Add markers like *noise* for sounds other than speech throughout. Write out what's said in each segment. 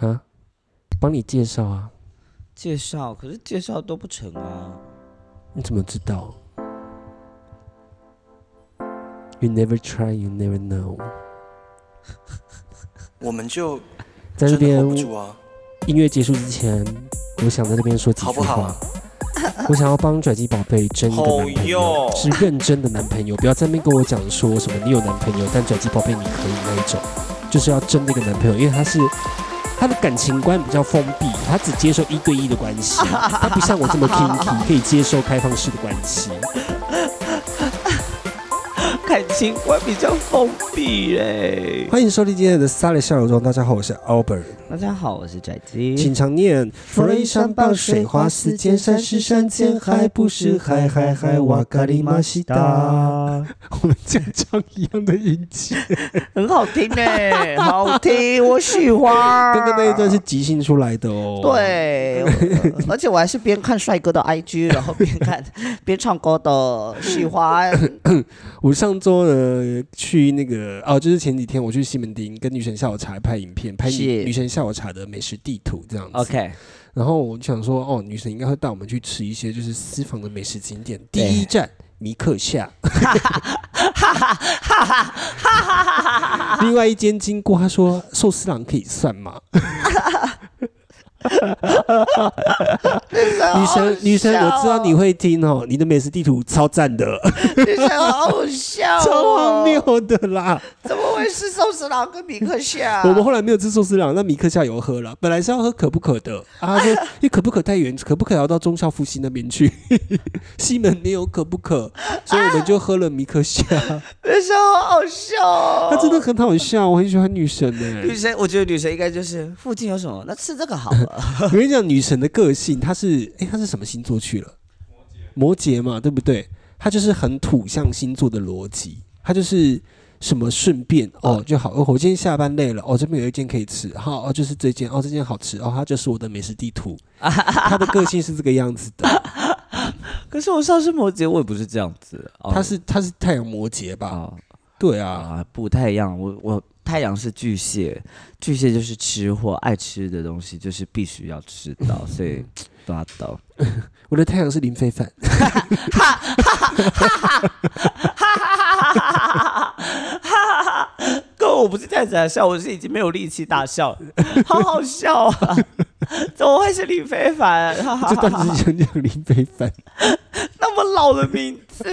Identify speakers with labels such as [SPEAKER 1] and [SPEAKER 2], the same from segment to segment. [SPEAKER 1] 啊，帮你介绍啊，
[SPEAKER 2] 介绍，可是介绍都不成啊。 *laughs*
[SPEAKER 1] 你怎么知道？You never try, you never know。
[SPEAKER 3] 我们就
[SPEAKER 1] 在这
[SPEAKER 3] 真的 hold 不
[SPEAKER 1] 边
[SPEAKER 3] 住啊，
[SPEAKER 1] 音乐结束之前，我想在这边说几
[SPEAKER 3] 好
[SPEAKER 1] 句
[SPEAKER 3] 不好
[SPEAKER 1] 话。我想要帮转基宝贝争一个男朋友
[SPEAKER 3] 好哟，
[SPEAKER 1] 是认真的男朋友，不要在那边跟我讲说什么你有男朋友，但转基宝贝你可以那一种，就是要争那个男朋友，因为他是他的感情观比较封闭，他只接受一对一的关系，他不像我这么 kinky，可以接受开放式的关系。
[SPEAKER 2] 感情观比较封闭嘞。
[SPEAKER 1] 欢迎收听今天的《萨雷笑容中》，大家好，我是 Albert，
[SPEAKER 2] 大家好，我是宅鸡。
[SPEAKER 1] 请常念。
[SPEAKER 2] 佛雷山傍水花四溅山是山涧海不是海海海哇
[SPEAKER 1] 嘎
[SPEAKER 2] 咖
[SPEAKER 1] 里
[SPEAKER 2] 喱
[SPEAKER 1] 玛
[SPEAKER 2] 玛
[SPEAKER 1] 西
[SPEAKER 2] 西
[SPEAKER 1] 达。
[SPEAKER 2] 达，
[SPEAKER 1] 我们竟然唱一样的音阶，
[SPEAKER 2] *laughs* 很好听嘞， *laughs* 好听，我喜欢。
[SPEAKER 1] 刚刚那一段是即兴出来的哦。，
[SPEAKER 2] 啊对，我 *laughs* 而且我还是边看帅哥的 IG，然后边看 *laughs* 边唱歌的，
[SPEAKER 1] *laughs*
[SPEAKER 2] 喜欢。 *laughs*
[SPEAKER 1] 我上周呢去那个哦，就是前几天我去西门町跟女神下午茶拍影片，拍女
[SPEAKER 2] 是
[SPEAKER 1] 女神下午茶的美食地图这样子。
[SPEAKER 2] OK，
[SPEAKER 1] 然后我就想说，哦，女神应该会带我们去吃一些就是私房的美食景点。第
[SPEAKER 2] 对
[SPEAKER 1] 一站尼克夏，另外一间经过，他说寿司郎可以算吗？女神，女神，我知道你会听哦，你的美食地图超赞的，
[SPEAKER 2] 女神好好笑、哦，
[SPEAKER 1] *laughs* 超荒，谬的啦。
[SPEAKER 2] 怎么会是寿司郎跟米克夏？啊
[SPEAKER 1] 我们后来没有吃寿司郎，那米克夏有喝了，本来是要喝可不可的啊，他说因为可不可太远，可不可要到忠孝复兴那边去，西门没有可不可，所以我们就喝了米克夏，
[SPEAKER 2] 女神好好笑、哦，
[SPEAKER 1] 她真的很好笑，我很喜欢女神呢、
[SPEAKER 2] *laughs* 女神，我觉得女神应该就是附近有什么，那吃这个好了。
[SPEAKER 1] 我跟你讲，女神的个性，她是哎、她是什么星座去了？摩羯嘛，对不对？她就是很土象星座的逻辑，她就是什么顺便
[SPEAKER 2] 嗯
[SPEAKER 1] 哦就好。哦，我今天下班累了，哦这边有一间可以吃，好哦就是这间，哦这间好吃，哦它就是我的美食地
[SPEAKER 2] *laughs*
[SPEAKER 1] 图。她的个性是这个样子的，
[SPEAKER 2] *laughs* 可是我上次摩羯，我也不是这样子，哦、
[SPEAKER 1] 她是她是太阳摩羯吧？
[SPEAKER 2] 啊
[SPEAKER 1] 对啊，
[SPEAKER 2] 啊，不太一样。我我太阳是巨蟹，巨蟹就是吃货，爱吃的东西就是必须要吃 *laughs* 到，所以抓 *laughs* 到。
[SPEAKER 1] 我的太阳是林非凡， *laughs*
[SPEAKER 2] 哥，我不是在假啊笑，我是已经没有力气大 *laughs* 笑，好好笑啊！怎么会是李非凡？
[SPEAKER 1] 这段只想讲林非凡，
[SPEAKER 2] 那么老的名字，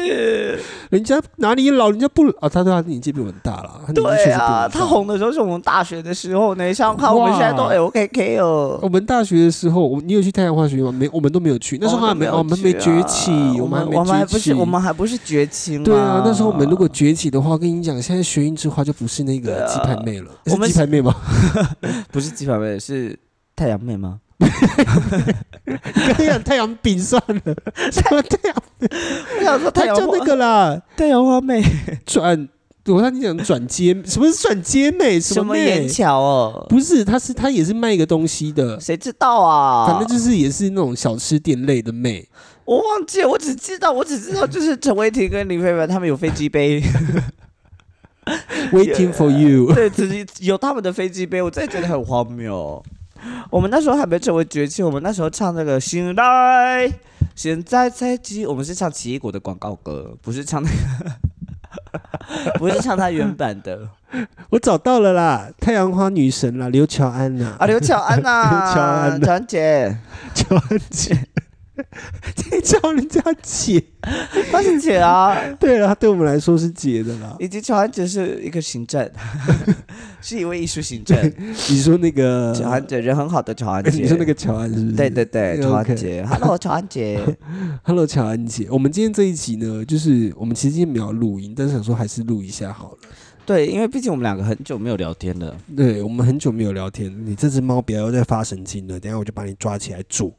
[SPEAKER 1] 人家哪里老，人家不老啊，他对他年纪比我们大了，他年纪确实比
[SPEAKER 2] 对
[SPEAKER 1] 我们大
[SPEAKER 2] 啊，他红的时候是我们大学的时候呢，想想看我们现在都
[SPEAKER 1] 哇
[SPEAKER 2] L K K 哦。
[SPEAKER 1] 我们大学的时候，我你有去太阳花学院吗？没，我们都没有去。那时候还没，我
[SPEAKER 2] 我
[SPEAKER 1] 们
[SPEAKER 2] 们
[SPEAKER 1] 没
[SPEAKER 2] 没啊
[SPEAKER 1] 崛起，
[SPEAKER 2] 我
[SPEAKER 1] 们还没
[SPEAKER 2] 我们还
[SPEAKER 1] 崛
[SPEAKER 2] 不
[SPEAKER 1] 起。
[SPEAKER 2] 是我们还不是绝情吗
[SPEAKER 1] 对啊，那时候我们如果崛起的话，跟你讲，现在学院之花就不是那个
[SPEAKER 2] 对啊
[SPEAKER 1] 鸡排妹了，
[SPEAKER 2] 我
[SPEAKER 1] *laughs*
[SPEAKER 2] 们
[SPEAKER 1] 是鸡排妹吗？
[SPEAKER 2] 不是鸡排妹是太阳妹吗？
[SPEAKER 1] 太阳太阳饼算了，什么太阳？ *laughs*
[SPEAKER 2] 我想说
[SPEAKER 1] 他
[SPEAKER 2] 太阳
[SPEAKER 1] 叫
[SPEAKER 2] 花
[SPEAKER 1] 那个啦，
[SPEAKER 2] 太阳花妹，
[SPEAKER 1] 转，我跟你讲转接，什么是转接妹？
[SPEAKER 2] 什么
[SPEAKER 1] 妹
[SPEAKER 2] 眼？巧哦？
[SPEAKER 1] 不是，她是她也是卖一个东西的，
[SPEAKER 2] 谁知道啊？
[SPEAKER 1] 反正就是也是那种小吃店类的妹。
[SPEAKER 2] 我忘记了，我只知道，我只知道就是陈伟霆跟林非凡他们有飞机杯，
[SPEAKER 1] *laughs* Waiting for you，*laughs*
[SPEAKER 2] *laughs* 对，自己有他们的飞机杯，我真的觉得很荒谬。我们那时候还没成为崛起，我们那时候唱那个《醒来》，现在才记，我们是唱奇异果的广告歌，不是唱那个， *laughs* 不是唱他原版的
[SPEAKER 1] 我找到了啦，太阳花女神啦，刘乔安啦。
[SPEAKER 2] 啊，刘巧安呐、啊，
[SPEAKER 1] 乔安呐
[SPEAKER 2] 乔安姐，
[SPEAKER 1] 乔安姐，在 *laughs* 叫人家姐。
[SPEAKER 2] *laughs* 她是姐啊，
[SPEAKER 1] *laughs* 对啊，对我们来说是姐的啦。
[SPEAKER 2] 以及乔安姐是一个行政， *laughs* 是一位艺术行政，
[SPEAKER 1] 你说那个，
[SPEAKER 2] 乔安姐人很好的乔安姐，
[SPEAKER 1] *laughs* 你说那个乔安是不是？
[SPEAKER 2] 对对对，
[SPEAKER 1] *laughs* OK
[SPEAKER 2] 乔安姐，Hello，乔安姐，
[SPEAKER 1] ，Hello，乔安姐。我们今天这一集呢，就是我们其实今天没有录音，但是想说还是录一下好了。
[SPEAKER 2] 对，因为毕竟我们两个很久没有聊天了，
[SPEAKER 1] 对，我们很久没有聊天，你这只猫不要再发神经了，等一下我就把你抓起来煮。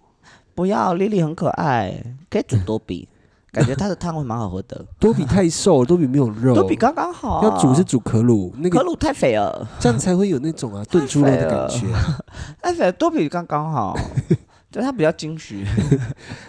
[SPEAKER 2] 不要，莉莉很可爱，可以煮多 *laughs* 比，感觉她的汤会蛮好喝 *laughs* 的，
[SPEAKER 1] 多比太
[SPEAKER 2] *laughs*
[SPEAKER 1] 瘦了，多比没有肉，
[SPEAKER 2] 多比刚刚好，
[SPEAKER 1] 要煮是煮可鲁，那
[SPEAKER 2] 可
[SPEAKER 1] 个
[SPEAKER 2] 鲁太肥了， *laughs*
[SPEAKER 1] 这样才会有那种啊炖猪肉的感觉啊。
[SPEAKER 2] 太肥了，多比刚刚好。就它比较精 *laughs* 实。。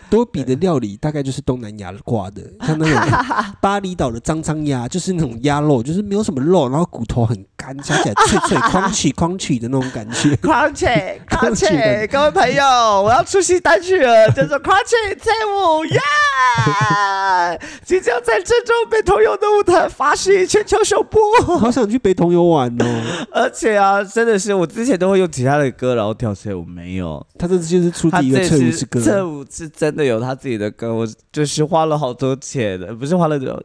[SPEAKER 1] 多比的料理大概就是东南亚挂的，像那种巴厘岛的脏脏鸭，就是那种鸭肉，就是没有什么肉，然后骨头很干，夹起来脆脆、框起框起的那种感觉
[SPEAKER 2] 狂起，狂起
[SPEAKER 1] 狂起！
[SPEAKER 2] 各位朋友，我要出新单曲了，叫做《狂起在舞》耶！ *laughs* 即将在郑州被同友的舞台发行全球首播。
[SPEAKER 1] 好想去北同游玩哦！
[SPEAKER 2] 而且啊，真的是我之前都会用其他的歌然后跳起来，我没有。
[SPEAKER 1] 他这次就是出
[SPEAKER 2] 他
[SPEAKER 1] 第一
[SPEAKER 2] 这
[SPEAKER 1] 个
[SPEAKER 2] 次
[SPEAKER 1] 翠舞之歌，
[SPEAKER 2] 这次真的有他自己的歌，我就是花了好多钱的，不是花了多。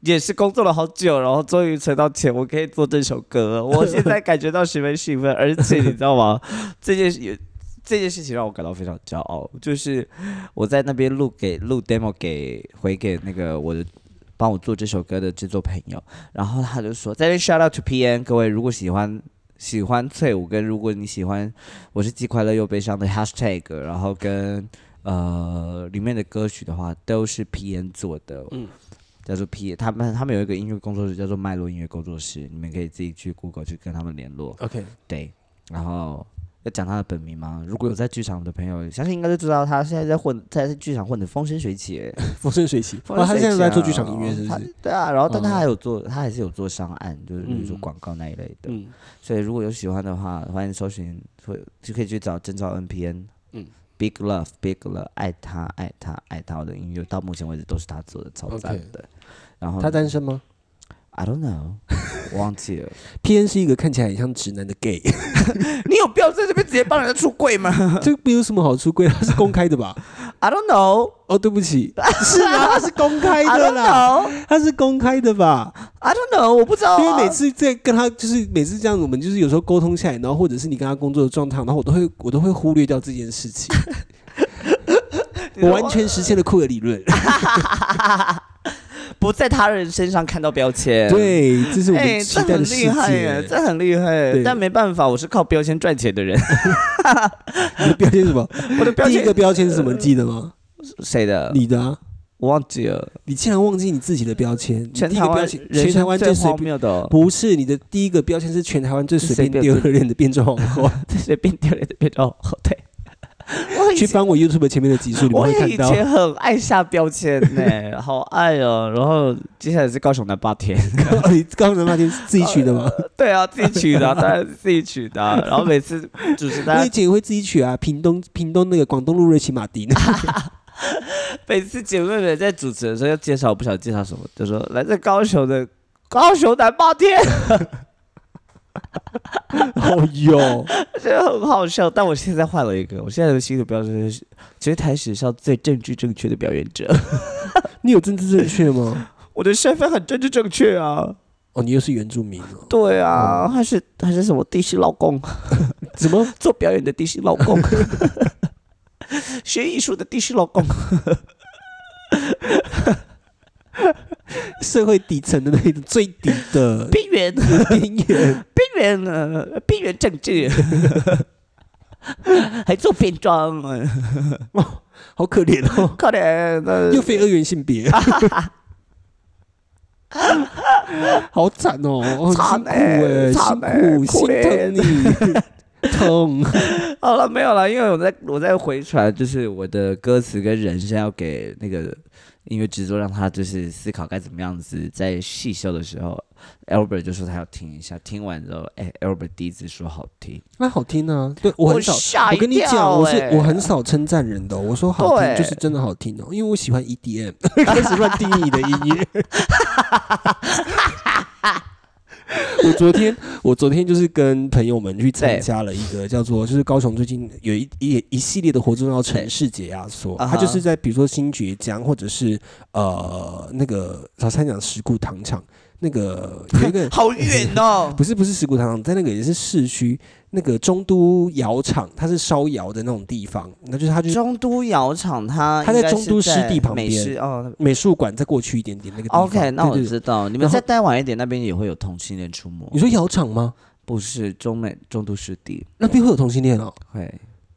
[SPEAKER 2] 也是工作了好久，然后终于存到钱，我可以做这首歌。我现在感觉到十分兴奋，而且你知道吗？这件事也这件事情让我感到非常骄傲，就是我在那边录给录 demo 给回给那个我的帮我做这首歌的制作朋友，然后他就说，在这 shout out to PN 各位，如果喜欢喜欢翠舞，跟如果你喜欢我是既快乐又悲伤的 hashtag，然后跟呃里面的歌曲的话，都是 PN 做的，嗯。叫做 P，他们他们有一个音乐工作室叫做麦洛音乐工作室，你们可以自己去 Google 去跟他们联络。
[SPEAKER 1] OK，
[SPEAKER 2] 对，然后要讲他的本名吗？如果有在剧场的朋友，相信应该就知道他现在在混，在剧场混得风生水起耶。
[SPEAKER 1] 风生水起。
[SPEAKER 2] 风
[SPEAKER 1] 哦，
[SPEAKER 2] 生
[SPEAKER 1] 他
[SPEAKER 2] 水
[SPEAKER 1] 现在
[SPEAKER 2] 起
[SPEAKER 1] 在做
[SPEAKER 2] 啊
[SPEAKER 1] 剧场音乐，是不是？
[SPEAKER 2] 他对啊，然后但他
[SPEAKER 1] 嗯
[SPEAKER 2] 还有做，他还是有做商案，就是比如说
[SPEAKER 1] 嗯
[SPEAKER 2] 广告那一类的。
[SPEAKER 1] 嗯，
[SPEAKER 2] 所以如果有喜欢的话，欢迎搜寻，会就可以去找征兆 NPN。
[SPEAKER 1] 嗯
[SPEAKER 2] ，Big Love Big Love，爱他爱他爱他我的音乐，到目前为止都是他做的，超
[SPEAKER 1] OK
[SPEAKER 2] 赞的。然后
[SPEAKER 1] 他单身吗
[SPEAKER 2] I don't know，忘 *laughs* 记
[SPEAKER 1] *laughs*
[SPEAKER 2] 了。
[SPEAKER 1] ？PN 是一个看起来很像直男的
[SPEAKER 2] *laughs*
[SPEAKER 1] gay，
[SPEAKER 2] 你有必要在这边直接帮人家出柜吗
[SPEAKER 1] 这没有什么好出柜，他是公开的吧？
[SPEAKER 2] *laughs* ？I don't
[SPEAKER 1] *laughs*
[SPEAKER 2] know，I
[SPEAKER 1] 哦，对不起，是啊，他是公开的
[SPEAKER 2] don't
[SPEAKER 1] 啦，
[SPEAKER 2] know。
[SPEAKER 1] 他是公开的吧？
[SPEAKER 2] I don't know，我不知道、啊。
[SPEAKER 1] 因为每
[SPEAKER 2] *laughs*
[SPEAKER 1] 次在跟他，就是每次这样，我们就是有时候沟通下来，然后或者是你跟他工作的状态，然后我都会我都会忽略掉这件事
[SPEAKER 2] *laughs*
[SPEAKER 1] 情。我完全实现了库尔理论，
[SPEAKER 2] 不在他人身上看到标签。。
[SPEAKER 1] 对，这是我
[SPEAKER 2] 哎、
[SPEAKER 1] 们期
[SPEAKER 2] 这
[SPEAKER 1] 待
[SPEAKER 2] 很
[SPEAKER 1] 的世
[SPEAKER 2] 厉害耶，
[SPEAKER 1] 界。
[SPEAKER 2] 这很厉害耶
[SPEAKER 1] 对！
[SPEAKER 2] 但没办法，我是靠标签赚钱的人。
[SPEAKER 1] 你的标签是什么？
[SPEAKER 2] 我的
[SPEAKER 1] *laughs*
[SPEAKER 2] 标
[SPEAKER 1] 第一
[SPEAKER 2] 签
[SPEAKER 1] 个标签是什么？你记得吗？
[SPEAKER 2] 谁的？
[SPEAKER 1] 你的啊，
[SPEAKER 2] 我忘记了。
[SPEAKER 1] 你竟然忘记你自己的标签。你
[SPEAKER 2] 全
[SPEAKER 1] 第一
[SPEAKER 2] 台
[SPEAKER 1] 个
[SPEAKER 2] 湾
[SPEAKER 1] 标签，全台湾最
[SPEAKER 2] 最
[SPEAKER 1] 随
[SPEAKER 2] 荒
[SPEAKER 1] 便，
[SPEAKER 2] 谬的哦，
[SPEAKER 1] 不是你的第一个标签是全台湾最随
[SPEAKER 2] 随
[SPEAKER 1] 便
[SPEAKER 2] 便
[SPEAKER 1] 丢人的变装皇
[SPEAKER 2] *laughs*
[SPEAKER 1] 后。
[SPEAKER 2] 最 *laughs* 随便丢脸的变装皇后。哦对， *laughs* 我
[SPEAKER 1] 去
[SPEAKER 2] 以前
[SPEAKER 1] 翻我 YouTube 前面的集数，你们
[SPEAKER 2] 我
[SPEAKER 1] 会
[SPEAKER 2] 也
[SPEAKER 1] 看
[SPEAKER 2] 以
[SPEAKER 1] 到。
[SPEAKER 2] 前很爱下标签呢， *laughs* 好爱哦。然后接下来是高雄南霸天，
[SPEAKER 1] *laughs* 你刚才那天是自己取的吗？
[SPEAKER 2] *laughs* 对啊，自己取的 *laughs* 啊，当然是自己取的啊。然后每次主持
[SPEAKER 1] 我
[SPEAKER 2] 大
[SPEAKER 1] 以
[SPEAKER 2] *laughs* 家
[SPEAKER 1] 前也会自己取啊，屏东屏东那个广东路瑞奇马丁。
[SPEAKER 2] 每次姐妹们在主持的时候要介绍，我不晓得介绍什么，就说来自高雄的高雄南霸天，
[SPEAKER 1] *laughs* 哦哟，
[SPEAKER 2] 觉得很好笑。但我现在换了一个，我现在的新的标签是全台史上最政治正确的表演者。 *laughs*
[SPEAKER 1] 你有政治正确吗？
[SPEAKER 2] 我的身份很政治正确啊。
[SPEAKER 1] 哦，你又是原住民哦？
[SPEAKER 2] 对啊，还是还是什么地势老公 *laughs*
[SPEAKER 1] 怎么？
[SPEAKER 2] 做表演的地势老公， *laughs* 学艺术的地势老公，
[SPEAKER 1] 社会底层的那种最底 *laughs* 的
[SPEAKER 2] 边缘边
[SPEAKER 1] 边缘，
[SPEAKER 2] 缘呃边缘政治， *laughs* 还做变装， *laughs* 呃
[SPEAKER 1] 好可怜哦，
[SPEAKER 2] 可怜呃
[SPEAKER 1] 又非二元性 *laughs* 别，好惨哦，哦
[SPEAKER 2] 惨
[SPEAKER 1] 辛苦
[SPEAKER 2] 欸
[SPEAKER 1] 哎，辛
[SPEAKER 2] 惨欸
[SPEAKER 1] 苦，
[SPEAKER 2] 可
[SPEAKER 1] 心疼 *laughs* 你，疼。
[SPEAKER 2] *laughs* 好了，没有了，因为我在我在回传，就是我的歌词跟人声要给那个音乐制作，让他就是思考该怎么样子在细修的时候，Albert 就说他要听一下，听完之后，哎、a l b e r t 第一次说好听，
[SPEAKER 1] 那好听啊，对我很少。
[SPEAKER 2] 吓
[SPEAKER 1] 我
[SPEAKER 2] 一
[SPEAKER 1] 跟你讲，
[SPEAKER 2] 跳
[SPEAKER 1] 我是
[SPEAKER 2] 欸
[SPEAKER 1] 我很少称赞人的哦、我说好听
[SPEAKER 2] 对
[SPEAKER 1] 就是真的好听哦，因为我喜欢 EDM，开 *laughs* 始乱定义你的音乐。 *laughs* 我昨天，我昨天就是跟朋友们去参加了一个叫做，就是高雄最近有一一一系列的活动叫城市解压缩，
[SPEAKER 2] 对啊
[SPEAKER 1] 它
[SPEAKER 2] 哈
[SPEAKER 1] 就是在比如说新爵江或者是呃那个早餐讲石鼓糖厂那个有一个
[SPEAKER 2] *laughs* 好远
[SPEAKER 1] *laughs*
[SPEAKER 2] 哦，
[SPEAKER 1] 不是不是石鼓糖厂，在那个也是市区，那个中都窑厂，它是烧窑的那种地方，那就是它就是
[SPEAKER 2] 中都窑厂它
[SPEAKER 1] 它在
[SPEAKER 2] 应该是
[SPEAKER 1] 中都湿地旁边
[SPEAKER 2] 美式哦。
[SPEAKER 1] 美术馆再过去一点点那个地方。
[SPEAKER 2] OK，那我
[SPEAKER 1] 对对对
[SPEAKER 2] 知道，你们
[SPEAKER 1] 然后
[SPEAKER 2] 再待晚一点，那边也会有同性恋出没
[SPEAKER 1] 你。说窑厂吗？
[SPEAKER 2] 不是中美中都湿地，
[SPEAKER 1] 那边会有同性恋哦？
[SPEAKER 2] 会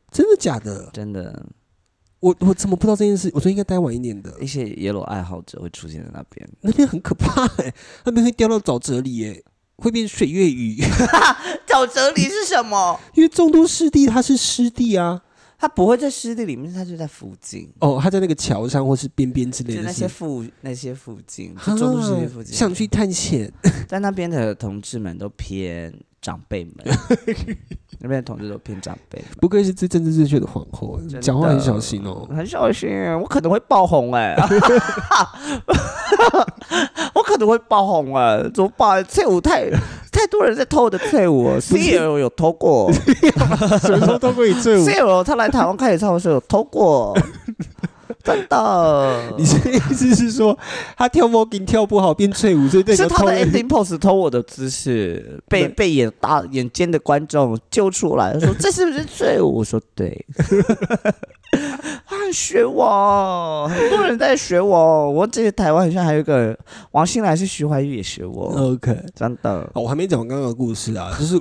[SPEAKER 1] 真的假的？
[SPEAKER 2] 真的
[SPEAKER 1] 我我怎么不知道这件事？我说应该待晚一点的。
[SPEAKER 2] 一些野裸爱好者会出现在那 *laughs* 边。
[SPEAKER 1] 那边很可怕哎、那边会掉到沼泽里哎、会变水月鱼， *laughs*
[SPEAKER 2] 沼泽里是什么？
[SPEAKER 1] 因为中都湿地它是湿地啊，
[SPEAKER 2] 他不会在湿地里面，他就在附近，
[SPEAKER 1] 哦，他在那个桥上或是边边之类
[SPEAKER 2] 就
[SPEAKER 1] 的
[SPEAKER 2] 那
[SPEAKER 1] 那
[SPEAKER 2] 些啊
[SPEAKER 1] 些，
[SPEAKER 2] 附那些附 *laughs* 近，
[SPEAKER 1] 哈
[SPEAKER 2] 就中部湿地附近。
[SPEAKER 1] 想去探险，
[SPEAKER 2] 但那边的同志们都偏长辈 *laughs* 们，那边的同志都偏长辈们，
[SPEAKER 1] 不愧是最政治正确的皇后，
[SPEAKER 2] 的
[SPEAKER 1] 讲话很小心哦。
[SPEAKER 2] 很小心，我可能会爆红哎、 *laughs* 我可能会爆红哎、怎么办？翠舞太太多人在偷我的翠舞，CL 有偷过
[SPEAKER 1] 什么时候都可以
[SPEAKER 2] *laughs*
[SPEAKER 1] 最舞？
[SPEAKER 2] ，CL 他来台湾开演唱会时候有
[SPEAKER 1] *laughs*
[SPEAKER 2] 偷过，真的。
[SPEAKER 1] 你是意思是说他跳 voguing 跳不好变脆舞，所以对
[SPEAKER 2] 是
[SPEAKER 1] 手
[SPEAKER 2] 他
[SPEAKER 1] 偷
[SPEAKER 2] 的
[SPEAKER 1] 人
[SPEAKER 2] ending pose 偷我的姿势，被
[SPEAKER 1] 对
[SPEAKER 2] 被眼大眼尖的观众揪出来，
[SPEAKER 1] *laughs*
[SPEAKER 2] 说这是不是罪？我说对，他很学我，很多人在学我。我这个台湾好像还有一个王心来是徐怀钰也学我，
[SPEAKER 1] ？OK，
[SPEAKER 2] 真的。
[SPEAKER 1] 哦，我还没讲完刚刚的故事啊， *laughs* 就是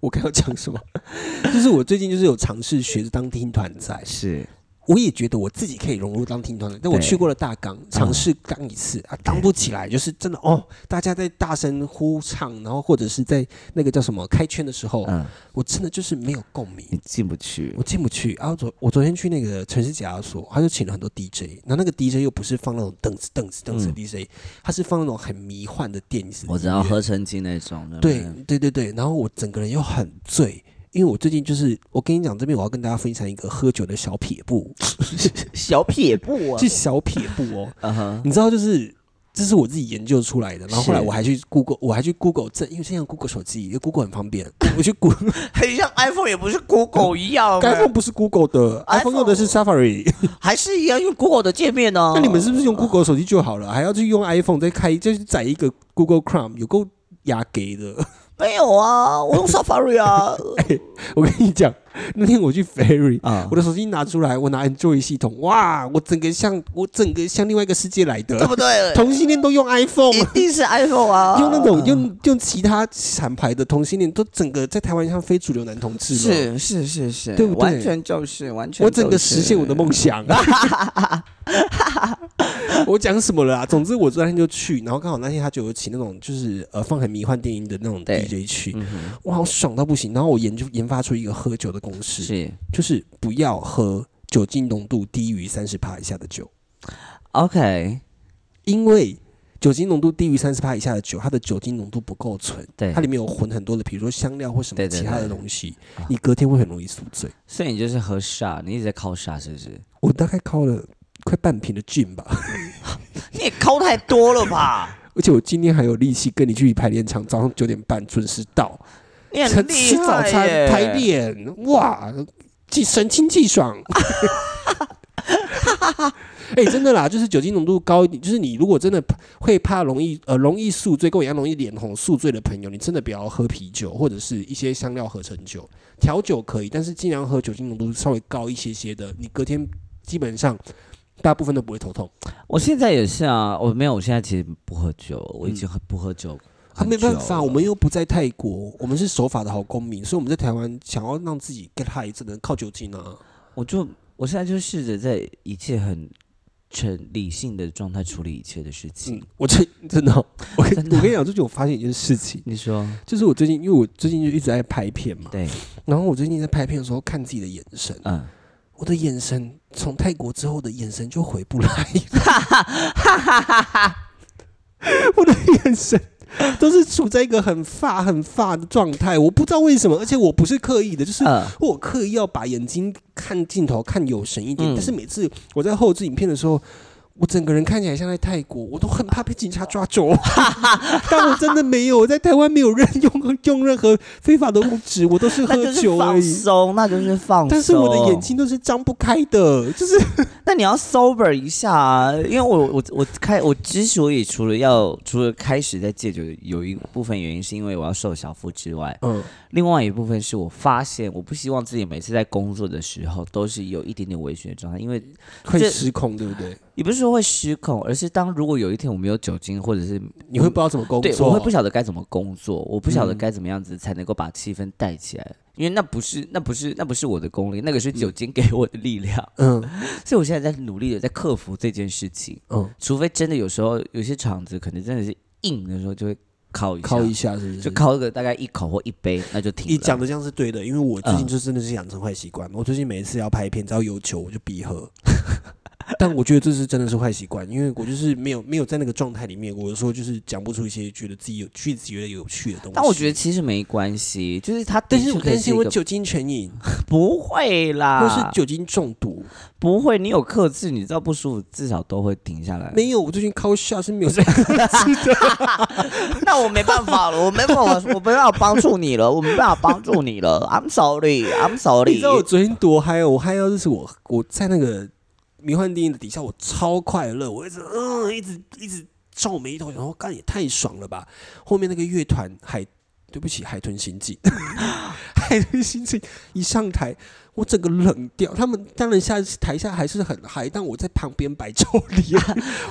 [SPEAKER 1] 我刚要讲什么， *laughs* 就是我最近就是有尝试学着当听团仔，
[SPEAKER 2] 是，
[SPEAKER 1] 我也觉得我自己可以融入当听团仔，但我
[SPEAKER 2] 对
[SPEAKER 1] 去过了大港，尝试当一次啊，当不起来，就是真的哦，大家在大声呼唱，然后或者是在那个叫什么开圈的时候，
[SPEAKER 2] 嗯，
[SPEAKER 1] 我真的就是没有共鸣。
[SPEAKER 2] 你进不去
[SPEAKER 1] 我，进不去，然后昨我昨天去那个城市解压所，他就请了很多 DJ，然后那个 DJ 又不是放那种凳子凳子凳子的 DJ，、他是放那种很迷幻的电子音乐，
[SPEAKER 2] 嗯我知道合成器那种的。
[SPEAKER 1] 对对对对，然后我整个人又很醉，因为我最近就是，我跟你讲，这边我要跟大家分享一个喝酒的小撇步，
[SPEAKER 2] 小撇步啊
[SPEAKER 1] 是，小撇步哦， *laughs*
[SPEAKER 2] 嗯哼，
[SPEAKER 1] 你知道就是。这是我自己研究出来的，然后后来
[SPEAKER 2] 是
[SPEAKER 1] 我还去 Google，我还去 Google 这，因为现在用 Google 手机，因为 Google 很方便。我去 Google，
[SPEAKER 2] 很像 iPhone 也不是 Google 一样欸，
[SPEAKER 1] iPhone 不是 Google 的
[SPEAKER 2] iPhone
[SPEAKER 1] ，iPhone 用的是 Safari。
[SPEAKER 2] 还是一样用 Google 的界面呢。
[SPEAKER 1] 那你们是不是用 Google 手机就好了，还要去用 iPhone 再开，就是载一个 Google Chrome，有够雅给的。 *laughs*
[SPEAKER 2] 没有啊，我用 Safari 啊。
[SPEAKER 1] 我跟你讲，那天我去 Ferry，
[SPEAKER 2] 啊
[SPEAKER 1] 我的手机拿出来，我拿 Android 系统，哇，我整个像我整个像另外一个世界来
[SPEAKER 2] 对
[SPEAKER 1] 的，*laughs*
[SPEAKER 2] 不对？
[SPEAKER 1] 同性恋都用 iPhone，
[SPEAKER 2] 一定是 iPhone 啊，
[SPEAKER 1] 用那种用用其他厂牌的同性恋都整个在台湾像非主流男同志了，
[SPEAKER 2] 是是是是，
[SPEAKER 1] 啊对不对
[SPEAKER 2] 完全就是完全，
[SPEAKER 1] 我整个实现我的。梦想。啊 *laughs* 我讲什么了啊？总之我昨天就去，然后刚好那天他就有请那种就是呃放很迷幻电音的那种
[SPEAKER 2] 对
[SPEAKER 1] DJ 去，
[SPEAKER 2] 嗯哼，
[SPEAKER 1] 哇，好爽到不行。然后我研究研发出一个喝酒的公式，
[SPEAKER 2] 是
[SPEAKER 1] 就是不要喝酒精浓度低于三十帕以下的酒。
[SPEAKER 2] OK，
[SPEAKER 1] 因为酒精浓度低于三十帕以下的酒，它的酒精浓度不够纯，
[SPEAKER 2] 对
[SPEAKER 1] 它里面有混很多的，比如说香料或什
[SPEAKER 2] 对
[SPEAKER 1] 么
[SPEAKER 2] 对
[SPEAKER 1] 其他
[SPEAKER 2] 对
[SPEAKER 1] 的东西，你隔天会很容易宿醉。
[SPEAKER 2] 所以你就是喝傻，你一直在靠傻是不是？
[SPEAKER 1] 我大概靠了快半瓶的 gin 吧，
[SPEAKER 2] 你也靠太多了
[SPEAKER 1] *laughs*
[SPEAKER 2] 吧？
[SPEAKER 1] 而且我今天还有力气跟你去排练场，早上九点半准时到，
[SPEAKER 2] 你很
[SPEAKER 1] 晨
[SPEAKER 2] 厉
[SPEAKER 1] 吃早
[SPEAKER 2] 害
[SPEAKER 1] 餐
[SPEAKER 2] 耶
[SPEAKER 1] 排练，哇，既神清气爽。 *laughs* 哎、真的啦，就是酒精浓度高一点，就是你如果真的会怕容易呃容易宿醉，跟我一样容易脸红宿醉的朋友，你真的不要喝啤酒或者是一些香料合成酒，调酒可以，但是尽量喝酒精浓度稍微高一些些的，你隔天基本上大部分都不会头痛。
[SPEAKER 2] 我现在也是啊，我没有，我现在其实不喝酒，我已经很不喝酒
[SPEAKER 1] 嗯啊，
[SPEAKER 2] 很久
[SPEAKER 1] 没
[SPEAKER 2] 了。
[SPEAKER 1] 办法，我们又不在泰国，我们是守法的好公民，所以我们在台湾想要让自己 get high，只能靠酒精啊。
[SPEAKER 2] 我就我现在就试着在一切很很理性的状态处理一切的事情
[SPEAKER 1] 嗯。，我最真的哦、我跟
[SPEAKER 2] 真的
[SPEAKER 1] 我跟你讲，最近我发现一件事情，
[SPEAKER 2] 你说
[SPEAKER 1] 就是我最近，因为我最近就一直在拍片嘛，
[SPEAKER 2] 对，
[SPEAKER 1] 然后我最近在拍片的时候看自己的眼神，
[SPEAKER 2] 嗯，
[SPEAKER 1] 我的眼神从泰国之后的眼神就回不来，
[SPEAKER 2] *laughs*
[SPEAKER 1] 我的眼神。都是处在一个很发很发的状态，我不知道为什么，而且我不是刻意的，就是
[SPEAKER 2] 嗯
[SPEAKER 1] 我刻意要把眼睛看镜头看有神一点，
[SPEAKER 2] 嗯
[SPEAKER 1] 但是每次我在后置影片的时候，我整个人看起来像在泰国，我都很怕被警察抓
[SPEAKER 2] *laughs*
[SPEAKER 1] 走。但我真的没有，我在台湾没有任用用任何非法的物质，我都是
[SPEAKER 2] 那
[SPEAKER 1] 喝
[SPEAKER 2] 就是
[SPEAKER 1] 酒而
[SPEAKER 2] 放
[SPEAKER 1] 已。
[SPEAKER 2] 松，那就是放松。
[SPEAKER 1] 但是我的眼，睛都是张不开的，就是
[SPEAKER 2] 那你要 sober 一下、啊，因为我我我开我之所以除了要除了开始在戒酒，有一部分原因是因为我要瘦小腹之外，
[SPEAKER 1] 嗯，
[SPEAKER 2] 另外一部分是我发现我不希望自己每次在工作的时候都是有一点点微醺的状态，因为
[SPEAKER 1] 会
[SPEAKER 2] 这
[SPEAKER 1] 失控，对不对？
[SPEAKER 2] 也不是说会失控，而是当如果有一天我没有酒精或者是
[SPEAKER 1] 你会不知道怎么工
[SPEAKER 2] 对，
[SPEAKER 1] 作，
[SPEAKER 2] 我会不晓得该怎么工作，我不晓得
[SPEAKER 1] 嗯
[SPEAKER 2] 该怎么样子才能够把气氛带起来，因为那不是那不是那不是我的功力，那个是酒精给我的力量，
[SPEAKER 1] 嗯
[SPEAKER 2] *laughs* 所以我现在在努力的在克服这件事情。
[SPEAKER 1] 嗯
[SPEAKER 2] 除非真的有时候有些场子可能真的是硬的时候，就会靠一下，
[SPEAKER 1] 敲一下是不是？
[SPEAKER 2] 就靠个大概一口或一杯，那就停了。
[SPEAKER 1] 你讲的这样是对的，因为我
[SPEAKER 2] 嗯
[SPEAKER 1] 最近就真的是养成坏习惯。我最近每一次要拍片，只要有酒我就必喝。 *laughs* 但我觉得这是真的是坏习惯，因为我就是没有没有在那个状态里面，我有时候就是讲不出一些觉得自己有句子觉得有趣的东西。
[SPEAKER 2] 但我觉得，其实没关系，就是啊他，
[SPEAKER 1] 但是我担心我
[SPEAKER 2] 酒
[SPEAKER 1] 酒精成瘾，
[SPEAKER 2] 不会
[SPEAKER 1] 或
[SPEAKER 2] 啦，
[SPEAKER 1] 是酒精中毒。
[SPEAKER 2] 不会，你有克制，你知道不舒服，至少都会停下来。
[SPEAKER 1] 没有，我最近靠下是没有在。
[SPEAKER 2] *laughs* 那我没办法了，我没办法，我没办法帮助你了，我没办法帮助你了。I'm sorry, I'm
[SPEAKER 1] 你知
[SPEAKER 2] sorry。
[SPEAKER 1] 道我昨天多嗨哦！我嗨到就是我我在那个迷幻电影的底下，我超快乐，我一直嗯一直一直皱眉头，然后干也太爽了吧！后面那个乐团海，对不起，海豚刑警，海豚刑警一上台，我整个冷掉。他们当然下台下还是很嗨，但我在旁边摆臭脸，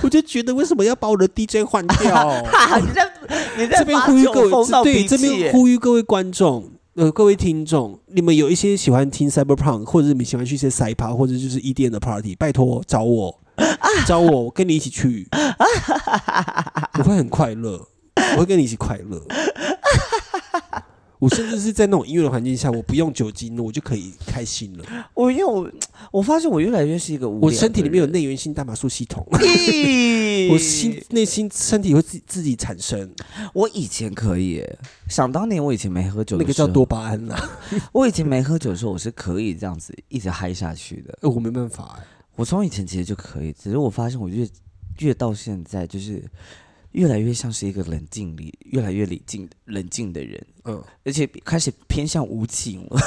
[SPEAKER 1] 我就觉得为什么要把我的 DJ 换掉？
[SPEAKER 2] 哈，啊你在你 *laughs* 在
[SPEAKER 1] 这边
[SPEAKER 2] 把
[SPEAKER 1] 呼吁
[SPEAKER 2] 酒
[SPEAKER 1] 各位
[SPEAKER 2] 疯，到
[SPEAKER 1] 对
[SPEAKER 2] 鼻
[SPEAKER 1] 这
[SPEAKER 2] 涕
[SPEAKER 1] 边
[SPEAKER 2] 耶
[SPEAKER 1] 呼吁各位观众，呃，各位听众，你们有一些喜欢听 Cyberpunk，或者是你们喜欢去一些 Cyber，或者就是 EDM 的 Party，拜
[SPEAKER 2] *laughs*
[SPEAKER 1] 托找我，找我，我跟你一起去，我会很快乐，我会跟你一起快
[SPEAKER 2] *laughs*
[SPEAKER 1] 乐。我甚至是在那种音乐的环境下，我不用酒精，我就可以开心了。
[SPEAKER 2] 我因为我我发现我越来越是一个无
[SPEAKER 1] 我
[SPEAKER 2] 聊
[SPEAKER 1] 身体
[SPEAKER 2] 的
[SPEAKER 1] 里面有
[SPEAKER 2] 人
[SPEAKER 1] 内源性大麻素系统，*laughs*
[SPEAKER 2] 屁
[SPEAKER 1] 我心内心身体会自己自己产生
[SPEAKER 2] 我以前可以耶，想当年我以前没喝酒的
[SPEAKER 1] 那个叫
[SPEAKER 2] 时候
[SPEAKER 1] 多巴胺啦、啊
[SPEAKER 2] 我以前没喝酒的时候，我是可以这样子一直嗨下去的。
[SPEAKER 1] 呃我没办法、欸。
[SPEAKER 2] 我从以前其实就可以，只是我发现我越越到现在，就是越来越像是一个冷静理，越来越理静冷静的人，
[SPEAKER 1] 嗯，
[SPEAKER 2] 而且开始偏向无情了。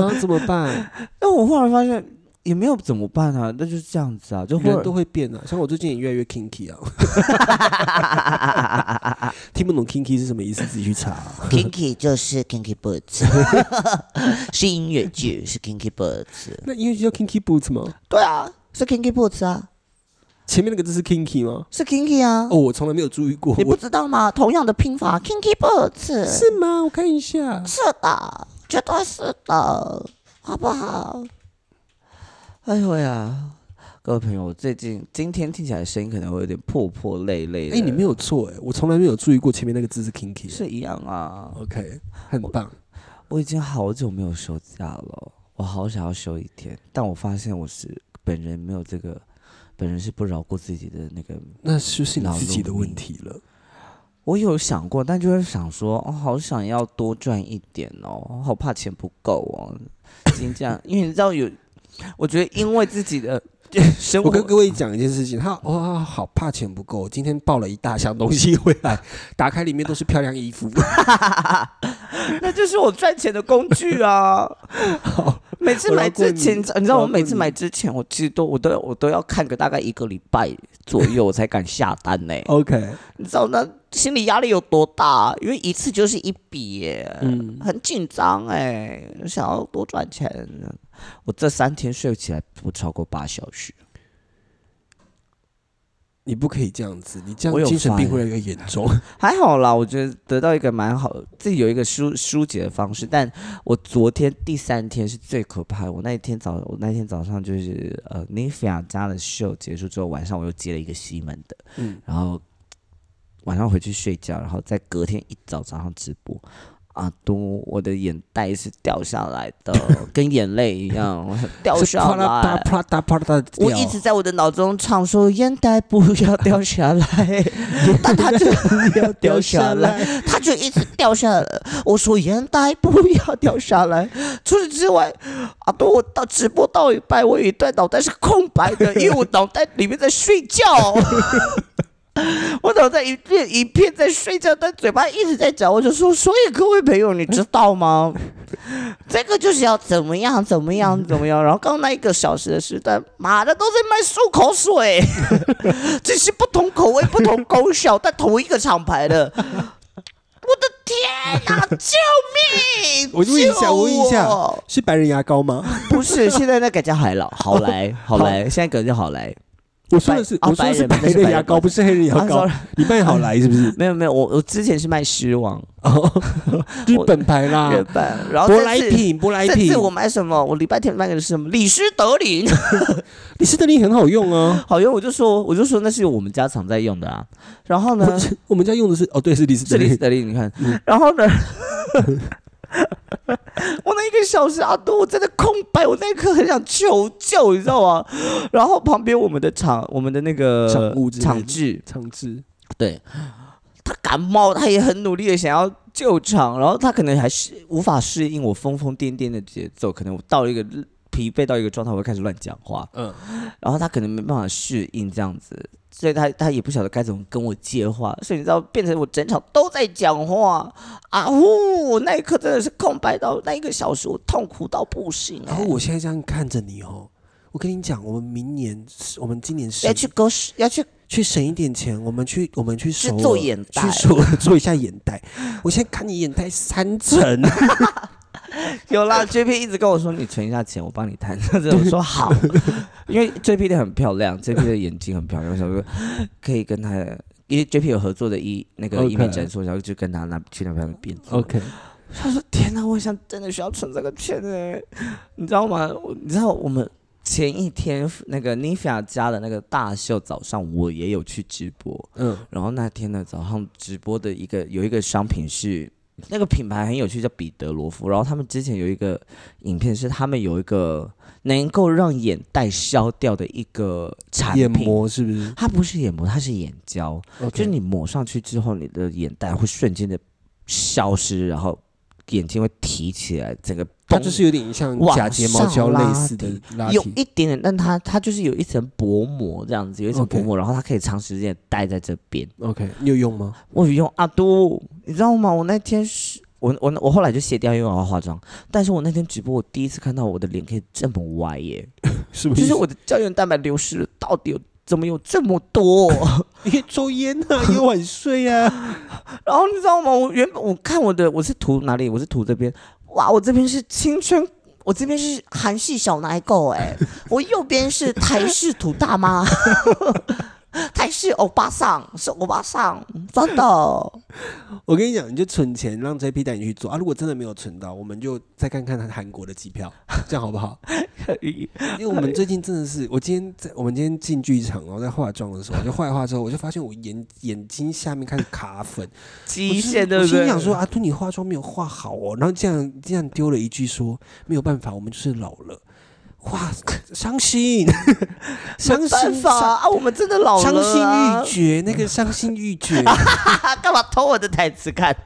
[SPEAKER 1] *laughs* 啊，怎么办？
[SPEAKER 2] 但我忽然发现也没有怎么办啊，那就是这样子啊，就忽
[SPEAKER 1] 人
[SPEAKER 2] 然
[SPEAKER 1] 都会变啊，像我最近也越来越 kinky 啊， *laughs* 听不懂 kinky 是什么意思，自己去查、啊
[SPEAKER 3] Kinky 就是 Kinky Boots，是音乐剧，是 Kinky Boots。
[SPEAKER 1] *laughs* 那音乐剧叫 kinky boots 吗？
[SPEAKER 3] 对啊，是 Kinky Boots 啊，
[SPEAKER 1] 前面那个字是 kinky 吗？
[SPEAKER 3] 是 Kinky 啊，
[SPEAKER 1] 哦，我从来没有注意过，
[SPEAKER 3] 你不
[SPEAKER 1] 我
[SPEAKER 3] 知道吗？同样的拼法，Kinky Boots
[SPEAKER 1] 是吗？我看一下，
[SPEAKER 3] 是的，绝对是的，好不好？
[SPEAKER 2] 哎呦呀！各位朋友，我最近今天听起来声音可能会有点破破累累
[SPEAKER 1] 哎、
[SPEAKER 2] 的。
[SPEAKER 1] 你没有错哎、我从来没有注意过前面那个字是 kinky，
[SPEAKER 2] 是一样啊？
[SPEAKER 1] OK，很棒。
[SPEAKER 2] 我已经好久没有休假了，我好想要休一天，但我发现我是本人没有这个，本人是不饶过自己的那个。
[SPEAKER 1] 那就是你自己的问题了。
[SPEAKER 2] 我有想过，但就是想说，哦，好想要多赚一点哦，好怕钱不够哦。已经这样，因为你知道有，我觉得因为自
[SPEAKER 1] *laughs*
[SPEAKER 2] 己的生
[SPEAKER 1] 我
[SPEAKER 2] 活
[SPEAKER 1] 跟，各位讲一件事情，他哇、好怕钱不够，今天抱了一大箱东西回来，打开里面都是漂亮衣 *laughs* 服。
[SPEAKER 2] 那就是我赚钱的工
[SPEAKER 1] *laughs*
[SPEAKER 2] 具啊。每次买之前，
[SPEAKER 1] 我饶过你
[SPEAKER 2] 你知道
[SPEAKER 1] 我饶
[SPEAKER 2] 我
[SPEAKER 1] 过
[SPEAKER 2] 每次
[SPEAKER 1] 你
[SPEAKER 2] 买之前，我其实都我都我都要看个大概一个礼拜左右，我才敢下单呢、
[SPEAKER 1] OK，
[SPEAKER 2] 你知道那心理压力有多大？因为一次就是一笔耶，
[SPEAKER 1] 嗯，
[SPEAKER 2] 很紧张哎，想要多赚钱。我这三天睡起来不超过八小时，
[SPEAKER 1] 你不可以这样子，你这
[SPEAKER 2] 我
[SPEAKER 1] 样
[SPEAKER 2] 有
[SPEAKER 1] 精神病
[SPEAKER 2] 发
[SPEAKER 1] 会越来越严重。
[SPEAKER 2] 还好啦，我觉得得到一个蛮好，自己有一个疏疏解的方式。但我昨天第三天是最可怕的，我那一天早我那天早上就是呃 n i f i a 家的秀结束之后，晚上我又接了一个西门的，
[SPEAKER 1] 嗯
[SPEAKER 2] 然后晚上回去睡觉，然后在隔天一早早上直播。啊，都我的眼袋是掉下来的，跟眼泪一样 *laughs*
[SPEAKER 1] *laughs*
[SPEAKER 2] 掉
[SPEAKER 1] 是
[SPEAKER 2] 下
[SPEAKER 1] 啪啦
[SPEAKER 2] 来
[SPEAKER 1] 啪。啪嗒啪嗒的
[SPEAKER 2] 啊我一直在我的脑中唱说眼袋不要掉下来，但它就不要掉下来，，
[SPEAKER 3] 它就一直掉下来了。
[SPEAKER 2] 我说眼袋不要掉下来。除此之外，啊，对我到直播到一半，我有一段脑袋是空白的，因为我脑袋里面在睡觉，我脑袋一片一片在睡觉，但嘴巴一直在讲，我就说，所以各位朋友，你知道吗？ *laughs*
[SPEAKER 3] 这个就是要怎么样怎么样
[SPEAKER 2] 怎么样？然后刚刚那一个小时的时段，妈的都在卖漱口水， *laughs* 只是不同口味、不同功效，但同一个厂牌的。我的天哪、救命！
[SPEAKER 1] 我问一下
[SPEAKER 2] 救
[SPEAKER 1] 我问一下
[SPEAKER 2] 我 *laughs*
[SPEAKER 1] 是白人牙膏吗？
[SPEAKER 2] 不是现在那改叫海老好来好来，现在改叫好来。
[SPEAKER 1] 我说的是
[SPEAKER 2] 哦
[SPEAKER 1] 我说的是
[SPEAKER 2] 白人不
[SPEAKER 1] 白
[SPEAKER 2] 是
[SPEAKER 1] 人
[SPEAKER 2] 白
[SPEAKER 1] 牙
[SPEAKER 2] 人
[SPEAKER 1] 膏，不是黑人牙
[SPEAKER 2] 啊
[SPEAKER 1] 膏
[SPEAKER 2] ，sorry，
[SPEAKER 1] 你卖好来是不
[SPEAKER 2] *laughs*
[SPEAKER 1] 是？
[SPEAKER 2] 没有没有，我我之前是卖狮王
[SPEAKER 1] 哦，日本牌啦，
[SPEAKER 2] 日本，然后
[SPEAKER 1] 舶
[SPEAKER 2] 这
[SPEAKER 1] 来
[SPEAKER 2] 次
[SPEAKER 1] 品，舶来
[SPEAKER 2] 这
[SPEAKER 1] 品
[SPEAKER 2] 次，我买什么？我礼拜天买的是什么？李施德
[SPEAKER 1] *laughs*
[SPEAKER 2] 林，
[SPEAKER 1] 李斯特林很好用啊。
[SPEAKER 2] 好用，我就说我就说那是我们家常在用的啊。然后呢
[SPEAKER 1] 不，是我们家用的是哦，对，是李斯特
[SPEAKER 2] 这里
[SPEAKER 1] 林
[SPEAKER 2] 是。德林，你看
[SPEAKER 1] 嗯，
[SPEAKER 2] 然后呢， *laughs* 我那一个小时阿多，我真的空白，我那一刻很想求救，你知道吗？然后旁边我们的厂，我们的那个
[SPEAKER 1] 厂务之类的
[SPEAKER 2] 厂制，
[SPEAKER 1] 长治，
[SPEAKER 2] 对他感冒，他也很努力的想要救场，然后他可能还是无法适应我疯疯癫癫的节奏，可能我到了一个疲惫到一个状态，我会开始乱讲话，
[SPEAKER 1] 嗯，
[SPEAKER 2] 然后他可能没办法适应这样子，所以他他也不晓得该怎么跟我接话，所以你知道变成我整场都在讲话啊呜，我那一刻真的是空白到那一个小时，我痛苦到不行、
[SPEAKER 1] 然后我现在这样看着你哦，我跟你讲，我们明年，我们今年
[SPEAKER 2] 要
[SPEAKER 1] 省
[SPEAKER 2] 去狗屎，要去
[SPEAKER 1] 去省一点钱，我们去我们去
[SPEAKER 2] 去
[SPEAKER 1] 首尔
[SPEAKER 2] 做眼袋
[SPEAKER 1] 去首尔做一下眼袋。我现在看你眼袋三
[SPEAKER 2] *laughs*
[SPEAKER 1] 层，
[SPEAKER 2] 有
[SPEAKER 1] *laughs*
[SPEAKER 2] 啦，JP 一直跟我说你存一下钱，我帮你谈。 *laughs* 我说好， *laughs* 因为 JP 的很漂亮，JP 的眼睛很漂亮，我想说可以跟他，因为 JP 有合作的医那个
[SPEAKER 1] OK
[SPEAKER 2] 医美诊所，然后就跟他那去那边变做。
[SPEAKER 1] OK，
[SPEAKER 2] 他说天哪，我想真的需要存这个钱哎，你知道吗？我你知道我们前一天那个 Nivea 家的那个大秀早上，我也有去直播，
[SPEAKER 1] 嗯，
[SPEAKER 2] 然后那天呢，早上直播的一个有一个商品是那个品牌很有趣，叫彼得罗夫。然后他们之前有一个影片是他们有一个能够让眼袋消掉的一个产
[SPEAKER 1] 眼
[SPEAKER 2] 品。
[SPEAKER 1] 膜是不是？
[SPEAKER 2] 它不是眼膜，它是眼胶
[SPEAKER 1] o
[SPEAKER 2] 就是你抹上去之后，你的眼袋会瞬间的消失，然后眼睛会提起来，整个
[SPEAKER 1] 它
[SPEAKER 2] 绷
[SPEAKER 1] 就是有点像
[SPEAKER 2] 往
[SPEAKER 1] 假睫毛胶
[SPEAKER 2] 上
[SPEAKER 1] 类
[SPEAKER 2] 拉
[SPEAKER 1] 似的拉
[SPEAKER 2] 有
[SPEAKER 1] 提，
[SPEAKER 2] 一点点，但它它就是有一层薄膜这样子，有一层薄
[SPEAKER 1] OK
[SPEAKER 2] 膜然后它可以长时间地待在这边。
[SPEAKER 1] OK，你有用吗？
[SPEAKER 2] 我有用阿都，你知道吗？我那天是我我我后来就卸掉，因为我要化妆。但是我那天直播，我第一次看到我的脸可以这么歪耶，
[SPEAKER 1] 是不
[SPEAKER 2] 就是 *laughs* 我的胶原蛋白流失了，到底有怎么有这么多？ *laughs*
[SPEAKER 1] 因为抽烟啊，也晚睡啊，
[SPEAKER 2] 然后你知道吗？我原本我看我的我是涂哪里？我是涂这边，哇，我这边是青春。我这边是韩系小奶狗哎、我右边是台式土大妈， *laughs* 台式欧巴桑是欧巴桑，真的。
[SPEAKER 1] *laughs* 我跟你讲，你就存钱让 JP 带你去做啊。如果真的没有存到，我们就再看看他韩国的机票， *laughs* 这样好不好？因为我们最近真的是，我今天在我们今天进剧场，然后在化妆的时候，我就化一化之后，我就发现我眼眼睛下面开始卡粉，
[SPEAKER 2] *laughs* 极限对
[SPEAKER 1] 我
[SPEAKER 2] 不
[SPEAKER 1] 心
[SPEAKER 2] 对？
[SPEAKER 1] 里想说啊，对你化妆没有化好哦，然后这样这样丢了一句说没有办法，我们就是老了，哇，伤心， *laughs* 伤
[SPEAKER 2] 没办
[SPEAKER 1] 心
[SPEAKER 2] 法啊啊，我们真的老
[SPEAKER 1] 伤心
[SPEAKER 2] 了、啊
[SPEAKER 1] 欲，
[SPEAKER 2] *laughs*
[SPEAKER 1] 绝，那个伤心欲绝，
[SPEAKER 2] 干嘛偷我的台词看？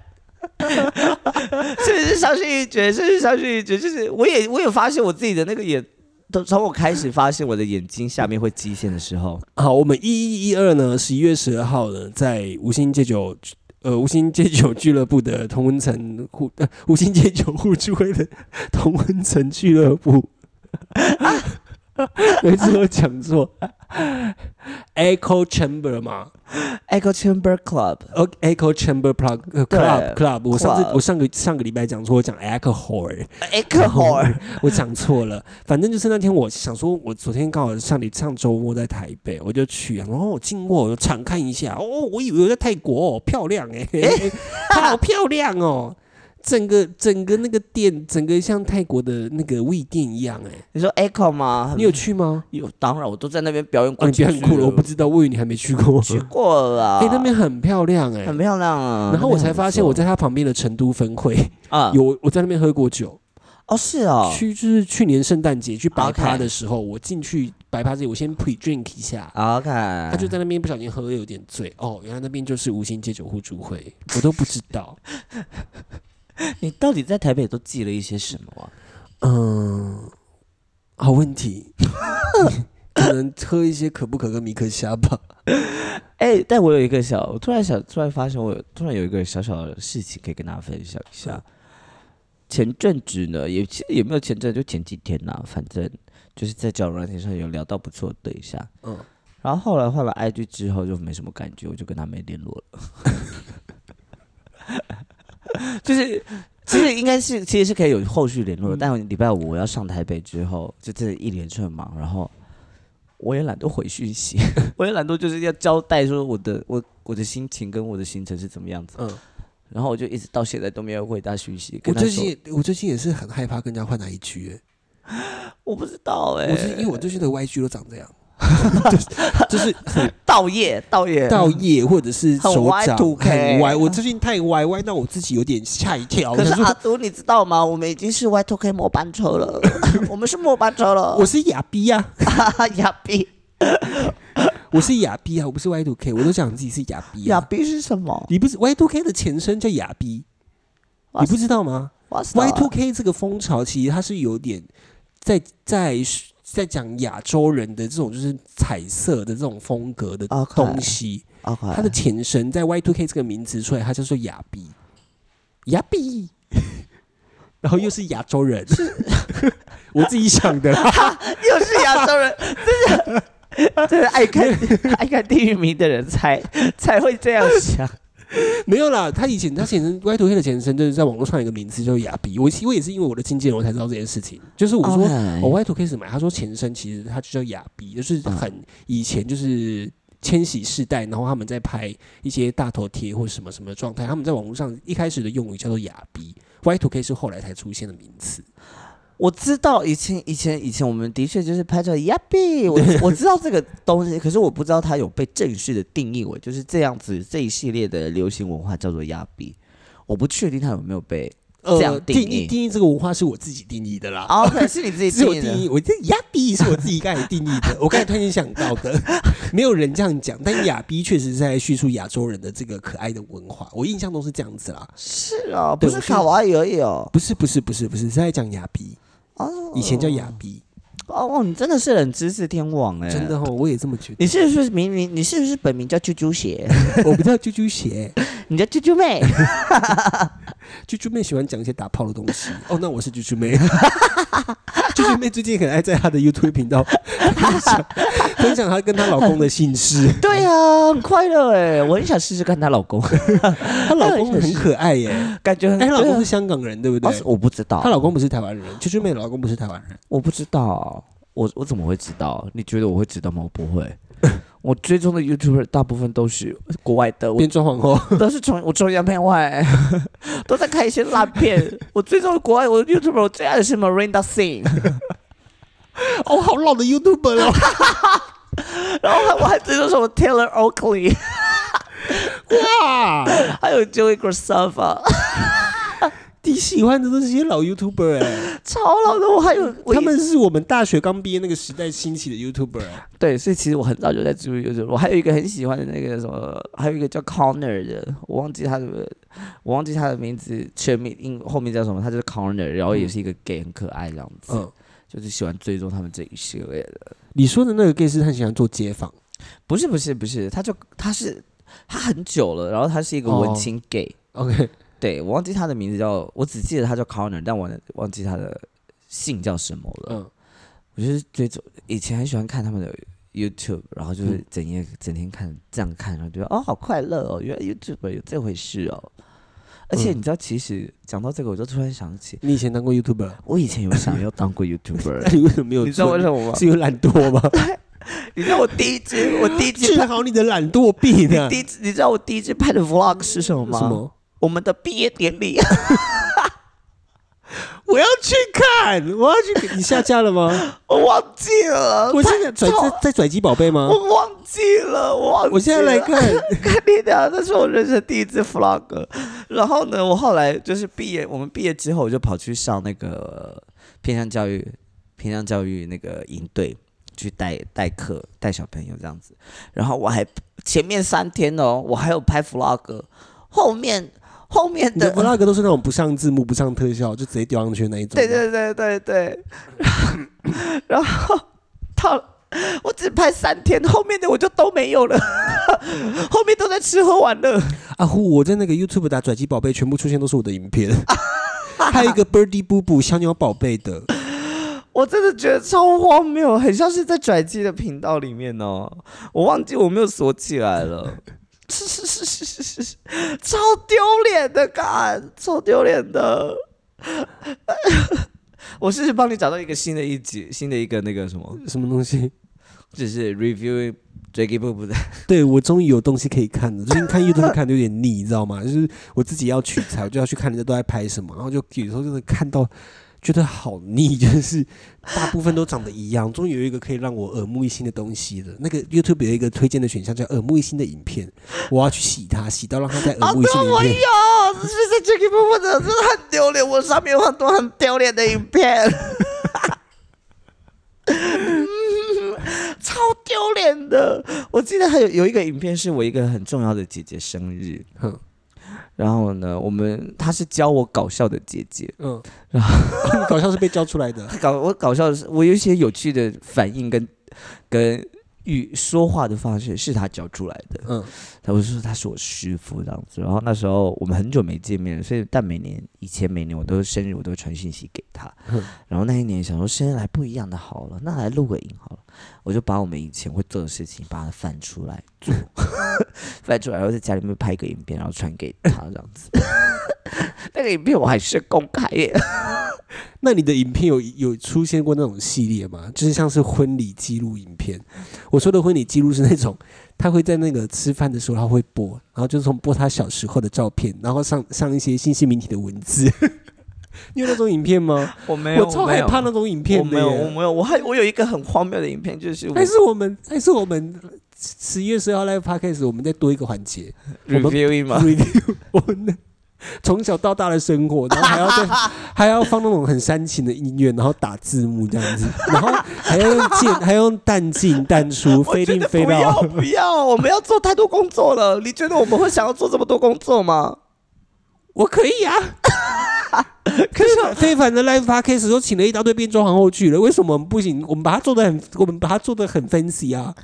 [SPEAKER 2] 是不是伤心欲绝？是不是伤心欲绝？就是我也我也发现我自己的那个眼，从从我开始发现我的眼睛下面会极限的时候，
[SPEAKER 1] 好，我们一一一二呢，十一月十二号呢，在无心戒酒，呃，无心戒酒俱乐部的同温层互，呃，无心戒酒互助会的同温层俱乐部， *laughs* 每次都讲错，Echo Chamber 嘛
[SPEAKER 2] Echo Chamber Club，
[SPEAKER 1] 呃，Echo Chamber Plug、呃、
[SPEAKER 2] 对
[SPEAKER 1] Club Club，我上次
[SPEAKER 2] Club
[SPEAKER 1] 我上个上个礼拜讲错，我讲 Echo Hall。
[SPEAKER 2] *laughs* Echo Hall，
[SPEAKER 1] *laughs* 我讲错了，反正就是那天我想说，我昨天刚好上你上周末在台北，我就去，然后我经过我就常看一下，哦，我以为我在泰国、哦，漂亮哎、她 *laughs* 好漂亮哦，整个整个那个店，整个像泰国的那个味店一样哎、
[SPEAKER 2] 你说 Echo 吗？
[SPEAKER 1] 你有去吗？
[SPEAKER 2] 有？当然，我都在那边表演
[SPEAKER 1] 哦，
[SPEAKER 2] 过
[SPEAKER 1] 你
[SPEAKER 2] 几
[SPEAKER 1] 别
[SPEAKER 2] 次了，嗯
[SPEAKER 1] 很酷了，我不知道，我以为你还没去过。
[SPEAKER 2] 去过了。
[SPEAKER 1] 哎、那边很漂亮哎、
[SPEAKER 2] 很漂亮啊。
[SPEAKER 1] 然后我才发现我
[SPEAKER 2] 在
[SPEAKER 1] 在他旁边的成都分会
[SPEAKER 2] 啊，
[SPEAKER 1] 有我在那边喝过酒，
[SPEAKER 2] 哦是哦，
[SPEAKER 1] 去就是去年圣诞节去白趴
[SPEAKER 2] OK
[SPEAKER 1] 的时候，我进去白趴之前，我先 pre drink 一下。
[SPEAKER 2] OK，
[SPEAKER 1] 他就在那边不小心喝了有点醉哦，原来那边就是无心戒酒互助会，我都不知道。
[SPEAKER 2] 你到底在台北都记了一些什么啊？
[SPEAKER 1] 嗯，好问题， *laughs* 可能喝一些可不可跟米克虾吧。
[SPEAKER 2] 哎、但我有一个小，我突然想，突然发现我有突然有一个小小的事情可以跟大家分享一下。前阵子呢，也其实也没有前阵，就前几天呐、反正就是在交友软件上有聊到不错的对象，
[SPEAKER 1] 嗯，
[SPEAKER 2] 然后后来换了 IG 之后就没什么感觉，我就跟他没联络了。 *laughs* 就是，其实应该是其实是可以有
[SPEAKER 1] 嗯
[SPEAKER 2] 后续联络的，但礼拜五我要上台北之后，就真的一连串忙，然后我也懒得回讯息， *laughs* 我也懒得就是要交代说我的我我的心情跟我的行程是怎么样子，
[SPEAKER 1] 嗯，
[SPEAKER 2] 然后我就一直到现在都没有回答讯息。
[SPEAKER 1] 我
[SPEAKER 2] 跟他
[SPEAKER 1] 最
[SPEAKER 2] 说
[SPEAKER 1] 近也我最近也是很害怕跟人家换 IG，、欸
[SPEAKER 2] 我不知道哎、
[SPEAKER 1] 我是因为我最近的 YG 都长这样，就是就是
[SPEAKER 2] 道业道业
[SPEAKER 1] 很到夜或者是
[SPEAKER 2] 很
[SPEAKER 1] 手
[SPEAKER 2] 歪
[SPEAKER 1] 掌
[SPEAKER 2] 2K
[SPEAKER 1] 很歪，我最近太歪歪到我自己有点吓一跳。
[SPEAKER 2] 可
[SPEAKER 1] 我
[SPEAKER 2] 是
[SPEAKER 1] 想说
[SPEAKER 2] 阿都，你知道吗？我们已经是 Y2K 末班车了， *laughs* 我们是末班车了。
[SPEAKER 1] 我是亚逼啊呀，
[SPEAKER 2] 哈 *laughs* 亚逼，
[SPEAKER 1] 我是亚逼啊，我不是 Y two K，我都讲自己是亚逼
[SPEAKER 2] 亚
[SPEAKER 1] 啊。
[SPEAKER 2] 逼是什么？
[SPEAKER 1] 你不是 Y two K 的前身叫亚逼，
[SPEAKER 2] 哇
[SPEAKER 1] 你不知道啊吗
[SPEAKER 2] 哇塞
[SPEAKER 1] ？Y two K 这个风潮其实它是有点在在在讲亚洲人的这种就是彩色的这种风格的
[SPEAKER 2] OK
[SPEAKER 1] 东西。
[SPEAKER 2] OK，
[SPEAKER 1] 它的前身在 Y two K 这个名词出来，它叫做亚逼，亚逼， *laughs* 然后又是亚洲人， *laughs* 我自己想的啦。
[SPEAKER 2] 又是亚洲人，这是这是爱看 *laughs* 爱看地狱迷的人才 *laughs* 才会这样 *laughs* 想。
[SPEAKER 1] 没有啦，他以前他前身 Y two K 的前身就是在网络上有一个名词叫亚逼，我其我也是因为我的经纪人我才知道这件事情，就是我说。
[SPEAKER 2] OK
[SPEAKER 1] 哦，Y two K 是什么？他说前身其实他就叫亚逼，就是很以前就是千禧世代，然后他们在拍一些大头贴或什么什么状态，他们在网络上一开始的用语叫做亚逼，Y
[SPEAKER 2] 嗯
[SPEAKER 1] two K 是后来才出现的名词。
[SPEAKER 2] 我知道以前以前以前我们的确就是拍照亚比，我 *laughs* 我知道这个东西，可是我不知道它有被正式的定义为就是这样子这一系列的流行文化叫做亚比，我不确定它有没有被。这样定义
[SPEAKER 1] 呃定定义这个文化是我自己定义的啦。
[SPEAKER 2] 哦 OK，是你自 *laughs* 己
[SPEAKER 1] 是我
[SPEAKER 2] 定义
[SPEAKER 1] 定
[SPEAKER 2] 的。
[SPEAKER 1] 义，我这亚逼是我自己刚才定义
[SPEAKER 2] *laughs*
[SPEAKER 1] 的，我刚才突然间想到的， *laughs* 没有人这样讲，但亚逼确实是在叙述亚洲人的这个可爱的文化，我印象都是这样子啦。
[SPEAKER 2] 是哦，
[SPEAKER 1] 对
[SPEAKER 2] 不是
[SPEAKER 1] 我是
[SPEAKER 2] 卡哇伊而已哦。
[SPEAKER 1] 不是不是不是不是，是在讲亚逼，
[SPEAKER 2] 哦，
[SPEAKER 1] 以前叫亚逼，
[SPEAKER 2] 哦，你真的是冷知识天王哎、
[SPEAKER 1] 真的。哦，我也这么觉得。
[SPEAKER 2] *laughs* 你是不是明明你是不是本名叫啾啾鞋？
[SPEAKER 1] 我不知道啾啾鞋，
[SPEAKER 2] 你叫啾啾 *laughs* 妹？
[SPEAKER 1] 啾啾妹喜欢讲一些打炮的东西。哦，那我是啾啾妹。 *laughs* 啾啾妹最近很爱在她的 YouTube 频道分享分享她跟她老公的姓氏。
[SPEAKER 2] *laughs* 对啊，很快乐哎、我很想试试看她老公， *laughs*
[SPEAKER 1] 她老公很可爱耶、
[SPEAKER 2] 感觉很。
[SPEAKER 1] 哎，她老
[SPEAKER 2] 对
[SPEAKER 1] 公
[SPEAKER 2] 啊
[SPEAKER 1] 是香港人，对不
[SPEAKER 2] 哦
[SPEAKER 1] 对？
[SPEAKER 2] 是我不知道，
[SPEAKER 1] 她老公不是台湾人，啾啾妹的老公不是台湾人。
[SPEAKER 2] 我不知道，我我怎么会知道？你觉得我会知道吗？我不会。 *laughs* 我追踪的 YouTuber 大部分都是国外的，我
[SPEAKER 1] 变装皇后，
[SPEAKER 2] 都是从我崇洋媚外， *laughs* 都在看一些烂片。我追踪的国外我的 YouTuber，我最爱的是 Miranda Singh，
[SPEAKER 1] *laughs* 哦，好老的 YouTuber *laughs* 哦，
[SPEAKER 2] 然后还我还追踪什么 Taylor Oakley，
[SPEAKER 1] 哇，
[SPEAKER 2] 还有 Joey Graceffa，
[SPEAKER 1] 你喜欢的都是些老 YouTuber 哎、
[SPEAKER 2] 超老的。我还有
[SPEAKER 1] 嗯
[SPEAKER 2] 我
[SPEAKER 1] 他们是我们大学刚毕业那个时代兴起的 YouTuber，哎、
[SPEAKER 2] 对，所以其实我很早就在注意 YouTuber。我还有一个很喜欢的那个什么，还有一个叫 Connor 的，我忘记他的，我忘记他的名字全名英后面叫什么，他就是 Connor，然后也是一个 gay，很可爱这样子，
[SPEAKER 1] 嗯，
[SPEAKER 2] 就是喜欢追踪他们这一系列的。
[SPEAKER 1] 你说的那个 gay 是他喜欢做街访，
[SPEAKER 2] 不是不是不是，他就他是他很久了，然后他是一个文
[SPEAKER 1] 哦
[SPEAKER 2] 青 gay，、
[SPEAKER 1] OK，
[SPEAKER 2] 对我忘记他的名字叫，我只记得他叫 Connor，但我忘记他的姓叫什么了。
[SPEAKER 1] 嗯，
[SPEAKER 2] 我就是追踪以前很喜欢看他们的 YouTube，然后就是
[SPEAKER 1] 嗯
[SPEAKER 2] 整夜、整天看这样看，然后觉得哦好快乐哦，原来 YouTube 有这回事哦。而且你知道，其实讲到这个，我就突然想起，
[SPEAKER 1] 你以前当过 YouTuber，
[SPEAKER 2] 我以前有想要当过
[SPEAKER 1] 那
[SPEAKER 2] YouTuber，
[SPEAKER 1] 呃你为什么没有做？
[SPEAKER 2] *laughs* 你知道为什么吗？
[SPEAKER 1] 是有懒惰 *laughs* 吗？
[SPEAKER 2] 你知道我第一支，我第一 *laughs* 支
[SPEAKER 1] 治
[SPEAKER 2] 拍，
[SPEAKER 1] 好你的懒惰病 *laughs* 啊！
[SPEAKER 2] 第一支，你知道我第一支拍的 Vlog 是什么吗？
[SPEAKER 1] 什？么？
[SPEAKER 2] 我们的毕业典礼。
[SPEAKER 1] 我要去看，我要去看。你下架了 *laughs* 吗？
[SPEAKER 2] 我忘记了，
[SPEAKER 1] 我
[SPEAKER 2] 太
[SPEAKER 1] 现在拽
[SPEAKER 2] 超
[SPEAKER 1] 在在拽鸡宝贝吗？
[SPEAKER 2] 我忘记了，我忘记了
[SPEAKER 1] 我现在来 *laughs* 看，
[SPEAKER 2] 看你俩，那是我人生第一次 vlog。然后呢，我后来就是毕业，我们毕业之后我就跑去上那个偏向教育、偏向教育那个营队去带带课、带小朋友这样子。然后我还前面三天哦，我还有拍 vlog，后面后面
[SPEAKER 1] 你的
[SPEAKER 2] 的
[SPEAKER 1] vlog 都是那种不上字幕、不上特效，就直接丢上去的那一种。
[SPEAKER 2] 对对对对对， *laughs* 然后然后到我只拍三天，后面的我就都没有了，后面都在吃喝玩乐。
[SPEAKER 1] 啊呼！我在那个 YouTube 打拽鸡宝贝，全部出现都是我的影片，还有一个 Birdy 布布小鸟宝贝的，
[SPEAKER 2] 我真的觉得超荒谬，很像是在拽机的频道里面哦，我忘记我没有锁起来了，是是是是是是是，超丢脸的感，超丢脸的。我试试帮你找到一个新的一集，新的一个那个什么，
[SPEAKER 1] 什么东西？
[SPEAKER 2] 就是 review Jackie Bob 的，
[SPEAKER 1] 对我终于有东西可以看了，最近看 YouTube 看的有点腻，你知道吗？就是我自己要取材，我就要去看人家都在拍什么，然后就有时候真的看到觉得好腻，就是大部分都长得一样。终于有一个可以让我耳目一新的东西了。那个 YouTube 有一个推荐的选项叫耳目一新的影片，我要去洗它，洗到让它在耳目一新的影
[SPEAKER 2] 我有，
[SPEAKER 1] 片。
[SPEAKER 2] 这哎是 Jackie Bob 的，真的很丢脸，我上面有很多很丢脸的影片，嗯、超丢脸的。我记得还有有一个影片是我一个很重要的姐姐生日，
[SPEAKER 1] 哼
[SPEAKER 2] 然后呢，我们她是教我搞笑的姐姐，
[SPEAKER 1] 嗯，然后搞笑是被教出来的。
[SPEAKER 2] 搞我搞笑的是，我有一些有趣的反应跟跟语说话的方式是他教出来的。
[SPEAKER 1] 嗯，
[SPEAKER 2] 他会说他是我师傅这样子。然后那时候我们很久没见面了，所以但每年以前每年我都是生日，我都会传讯息给 *laughs* 他。然后那一年想说生日来不一样的好了，那来录个影好了，我就把我们以前会做的事情把它翻出来做， *laughs* 翻出来，然后在家里面拍个影片，然后传给他这样子。 *laughs* 那个影片我还是公开耶，
[SPEAKER 1] 那你的影片有有出现过那种系列吗？就是像是婚礼记录影片。我说的婚礼记录是那种，他会在那个吃饭的时候他会播，然后就从播他小时候的照片，然后上上一些信息名体的文字。 *laughs* 你有那种影片吗？
[SPEAKER 2] 我没
[SPEAKER 1] 我超害怕那种影片
[SPEAKER 2] 我
[SPEAKER 1] 的
[SPEAKER 2] 没有，我
[SPEAKER 1] 耶。
[SPEAKER 2] 没有，我还我有一个很荒谬的影片，就是我
[SPEAKER 1] 还是我们还是我们十一月十号 live podcast，我们再多一个环节
[SPEAKER 2] reviewing 嘛，
[SPEAKER 1] review *laughs* 我们的从小到大的生活，然后还要
[SPEAKER 2] *laughs*
[SPEAKER 1] 再还要放那种很煽情的音乐，然后打字幕这样子， *laughs* 然后还要用键，还要用淡进淡出，
[SPEAKER 2] *laughs* 我
[SPEAKER 1] 飞
[SPEAKER 2] 觉
[SPEAKER 1] 进
[SPEAKER 2] 得
[SPEAKER 1] 飞
[SPEAKER 2] 不要
[SPEAKER 1] 到。
[SPEAKER 2] 不要，我们要做太多工作了。你觉得我们会想要做这么多工作吗？
[SPEAKER 1] 我可以
[SPEAKER 2] *laughs*
[SPEAKER 1] 啊，可是非凡的 live podcast 都请了一大堆变装皇后去了，为什么我们不行？我们把它做的很，我们把它做的很 fancy 啊，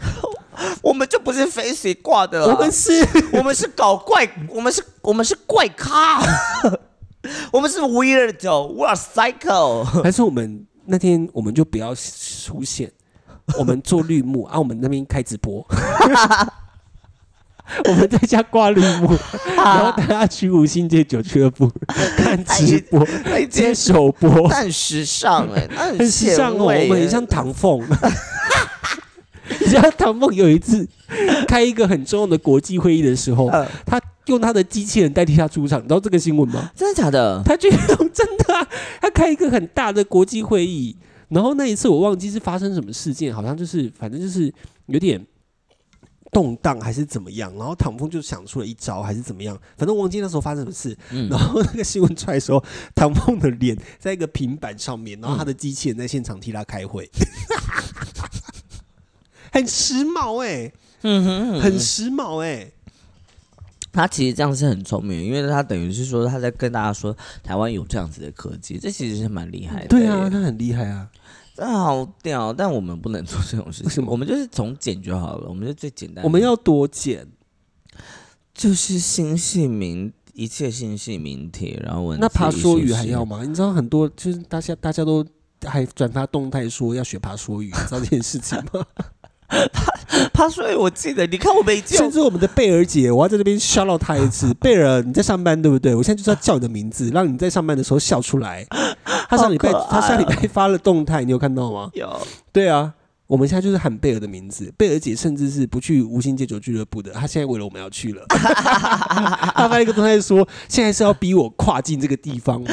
[SPEAKER 2] 我们就不是 fancy 挂的啦，
[SPEAKER 1] 我们是
[SPEAKER 2] 我们是搞怪，我们是我们是怪咖， *laughs* 我们是 weirdo，we are
[SPEAKER 1] *laughs*
[SPEAKER 2] psycho。
[SPEAKER 1] 还是我们那天我们就不要出 *laughs* 现，我们做绿幕啊，我们那边开直播， *laughs* 我们在家挂绿 *laughs* 幕，然后大家去五星街酒俱乐 *laughs* 部看直播，
[SPEAKER 2] 那一
[SPEAKER 1] 接
[SPEAKER 2] *laughs* 件
[SPEAKER 1] 首 *laughs* 播，
[SPEAKER 2] 但时尚哎、那
[SPEAKER 1] 很
[SPEAKER 2] 很
[SPEAKER 1] 时尚
[SPEAKER 2] 前
[SPEAKER 1] 哦，我
[SPEAKER 2] 卫
[SPEAKER 1] 们很
[SPEAKER 2] 耶
[SPEAKER 1] 像唐凤。 *laughs* 你知道唐凤有一次开一个很重要的国际会议的时候，
[SPEAKER 2] 嗯
[SPEAKER 1] 他用他的机器人代替他出场，你知道这个新闻吗？
[SPEAKER 2] 真的假的？
[SPEAKER 1] 他就用真的、啊，他开一个很大的国际会议，然后那一次我忘记是发生什么事件，好像就是反正就是有点动荡还是怎么样，然后唐风就想出了一招还是怎么样，反正我忘记那时候发生什么事。
[SPEAKER 2] 嗯
[SPEAKER 1] 然后那个新闻出来的时候，唐风的脸在一个平板上面，然后他的机器人在现场替他开会。 *laughs* 很时髦哎、
[SPEAKER 2] 嗯哼哼
[SPEAKER 1] 很时髦哎、
[SPEAKER 2] 他其实这样是很聪明，因为他等于是说他在跟大家说台湾有这样子的科技，这其实是蛮厉害的。
[SPEAKER 1] 对啊，，他很厉害啊。
[SPEAKER 2] 真的好屌！哦但我们不能做这种事
[SPEAKER 1] 为什
[SPEAKER 2] 情，
[SPEAKER 1] 么
[SPEAKER 2] 我们就是从简就好了，我们就最简单的。
[SPEAKER 1] 我们要多剪，
[SPEAKER 2] 就是新系名，一切新系名体，然后文字
[SPEAKER 1] 那爬说语还要
[SPEAKER 2] 吗？
[SPEAKER 1] 吗？你知道很多就是大家大家都还转发动态说要学爬说语，你知道这件事情 *laughs* 吗？
[SPEAKER 2] 爬说语哎我记得，你看我们已经
[SPEAKER 1] 甚
[SPEAKER 2] 有
[SPEAKER 1] 至我们的贝尔姐，我要在这边 shout out 她一次。贝尔，你在上班对不对？我现在就是要叫你的名字，让你在上班的时候笑出来。她上礼拜
[SPEAKER 2] 好可爱哦
[SPEAKER 1] 她上礼 *laughs* 拜发了动态，你有看到吗？
[SPEAKER 2] 有
[SPEAKER 1] 对啊。我们现在就是喊贝尔的名字，贝尔姐甚至是不去无心戒酒俱乐部的，她现在为了我们要去了。 *laughs* 她发了一个动态说，现在是要逼我跨进这个地方吗？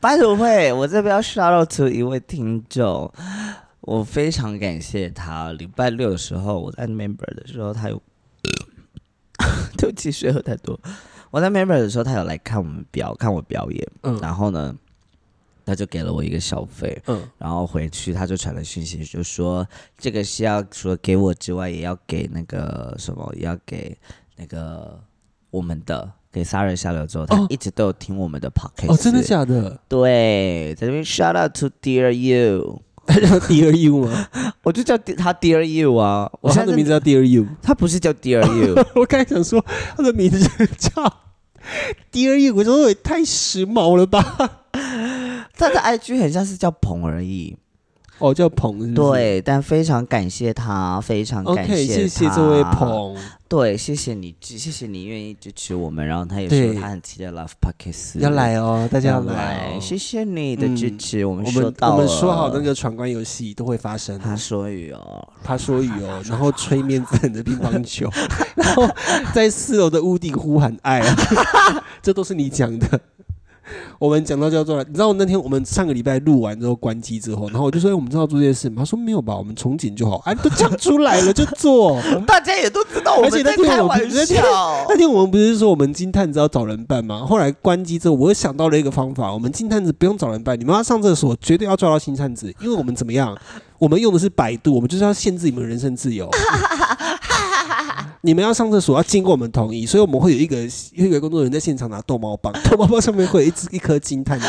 [SPEAKER 2] 白土会，我这边要 shout out to 一位听众，我非常感谢他。礼拜六的时候，我在 member 的时候，他有， *coughs* 对不起，水喝太多。我在 member 的时候，他有来看我们表，看我表演，
[SPEAKER 1] 嗯
[SPEAKER 2] 然后呢，他就给了我一个小费，
[SPEAKER 1] 嗯，
[SPEAKER 2] 然后回去他就传了讯息，就说这个是要除了给我之外，也要给那个什么，也要给那个我们的给 s a r 下流之后，他
[SPEAKER 1] 哦
[SPEAKER 2] 一直都有听我们的 podcast，
[SPEAKER 1] 哦，真的假的？
[SPEAKER 2] 对，在这边 shout out to dear you，
[SPEAKER 1] 他叫 *laughs* Dear You 吗？
[SPEAKER 2] 我就叫 dear- 他 dear you 啊，
[SPEAKER 1] 我
[SPEAKER 2] 我现
[SPEAKER 1] 他
[SPEAKER 2] 在
[SPEAKER 1] 的名
[SPEAKER 2] 字
[SPEAKER 1] 字叫 Dear You，
[SPEAKER 2] 他不是叫 dear you，
[SPEAKER 1] *laughs* 我刚才想说他的名字叫 *laughs* Dear You，我想说也太时髦了吧？
[SPEAKER 2] 他的 IG 很像是叫鹏而已。
[SPEAKER 1] 哦，叫彭是不是？
[SPEAKER 2] 对，但非常感谢他，非常感
[SPEAKER 1] ，OK，
[SPEAKER 2] 谢
[SPEAKER 1] 谢谢这位。彭，
[SPEAKER 2] 对，谢谢你，支谢谢你愿意支持我们。然后他也说
[SPEAKER 1] 对
[SPEAKER 2] 他很期待 Love Podcast
[SPEAKER 1] 要来哦，大
[SPEAKER 2] 大
[SPEAKER 1] 家
[SPEAKER 2] 要
[SPEAKER 1] 来哦，
[SPEAKER 2] 谢谢你的支持，我们
[SPEAKER 1] 我
[SPEAKER 2] 收
[SPEAKER 1] 们
[SPEAKER 2] 到
[SPEAKER 1] 我
[SPEAKER 2] 了
[SPEAKER 1] 们说好那个闯关游戏都会发生哦，
[SPEAKER 2] 他说语哦，
[SPEAKER 1] 他说雨哦，然后吹面子人的乒乓球， *laughs* 然后在四楼的屋顶呼喊爱啊， *laughs* 这都是你讲的。我们讲到叫做，你知道那天我们上个礼拜录完之后关机之后，然后我就说、哎我们知道做这件事吗？他说没有吧，我们重剪就好。哎、都讲出来了就做。
[SPEAKER 2] 大家也都知道我
[SPEAKER 1] 而且
[SPEAKER 2] 们
[SPEAKER 1] 那
[SPEAKER 2] 在
[SPEAKER 1] 天
[SPEAKER 2] 开
[SPEAKER 1] 我
[SPEAKER 2] 玩
[SPEAKER 1] 那天
[SPEAKER 3] 哦
[SPEAKER 1] *laughs*
[SPEAKER 2] 笑。
[SPEAKER 1] 那天我们不是说我们金探子要找人办吗？后来关机之后，我又想到了一个方法，我们金探子不用找人办，你们要上厕所绝对要抓到金探子，因为我们怎么样？我们用的是百度，我们就是要限制你们人身自由。你们要上厕所要经过我们同意，所以我们会有一个有一个工作人员在现场拿逗猫棒，逗猫棒上面会有一只一颗金探子，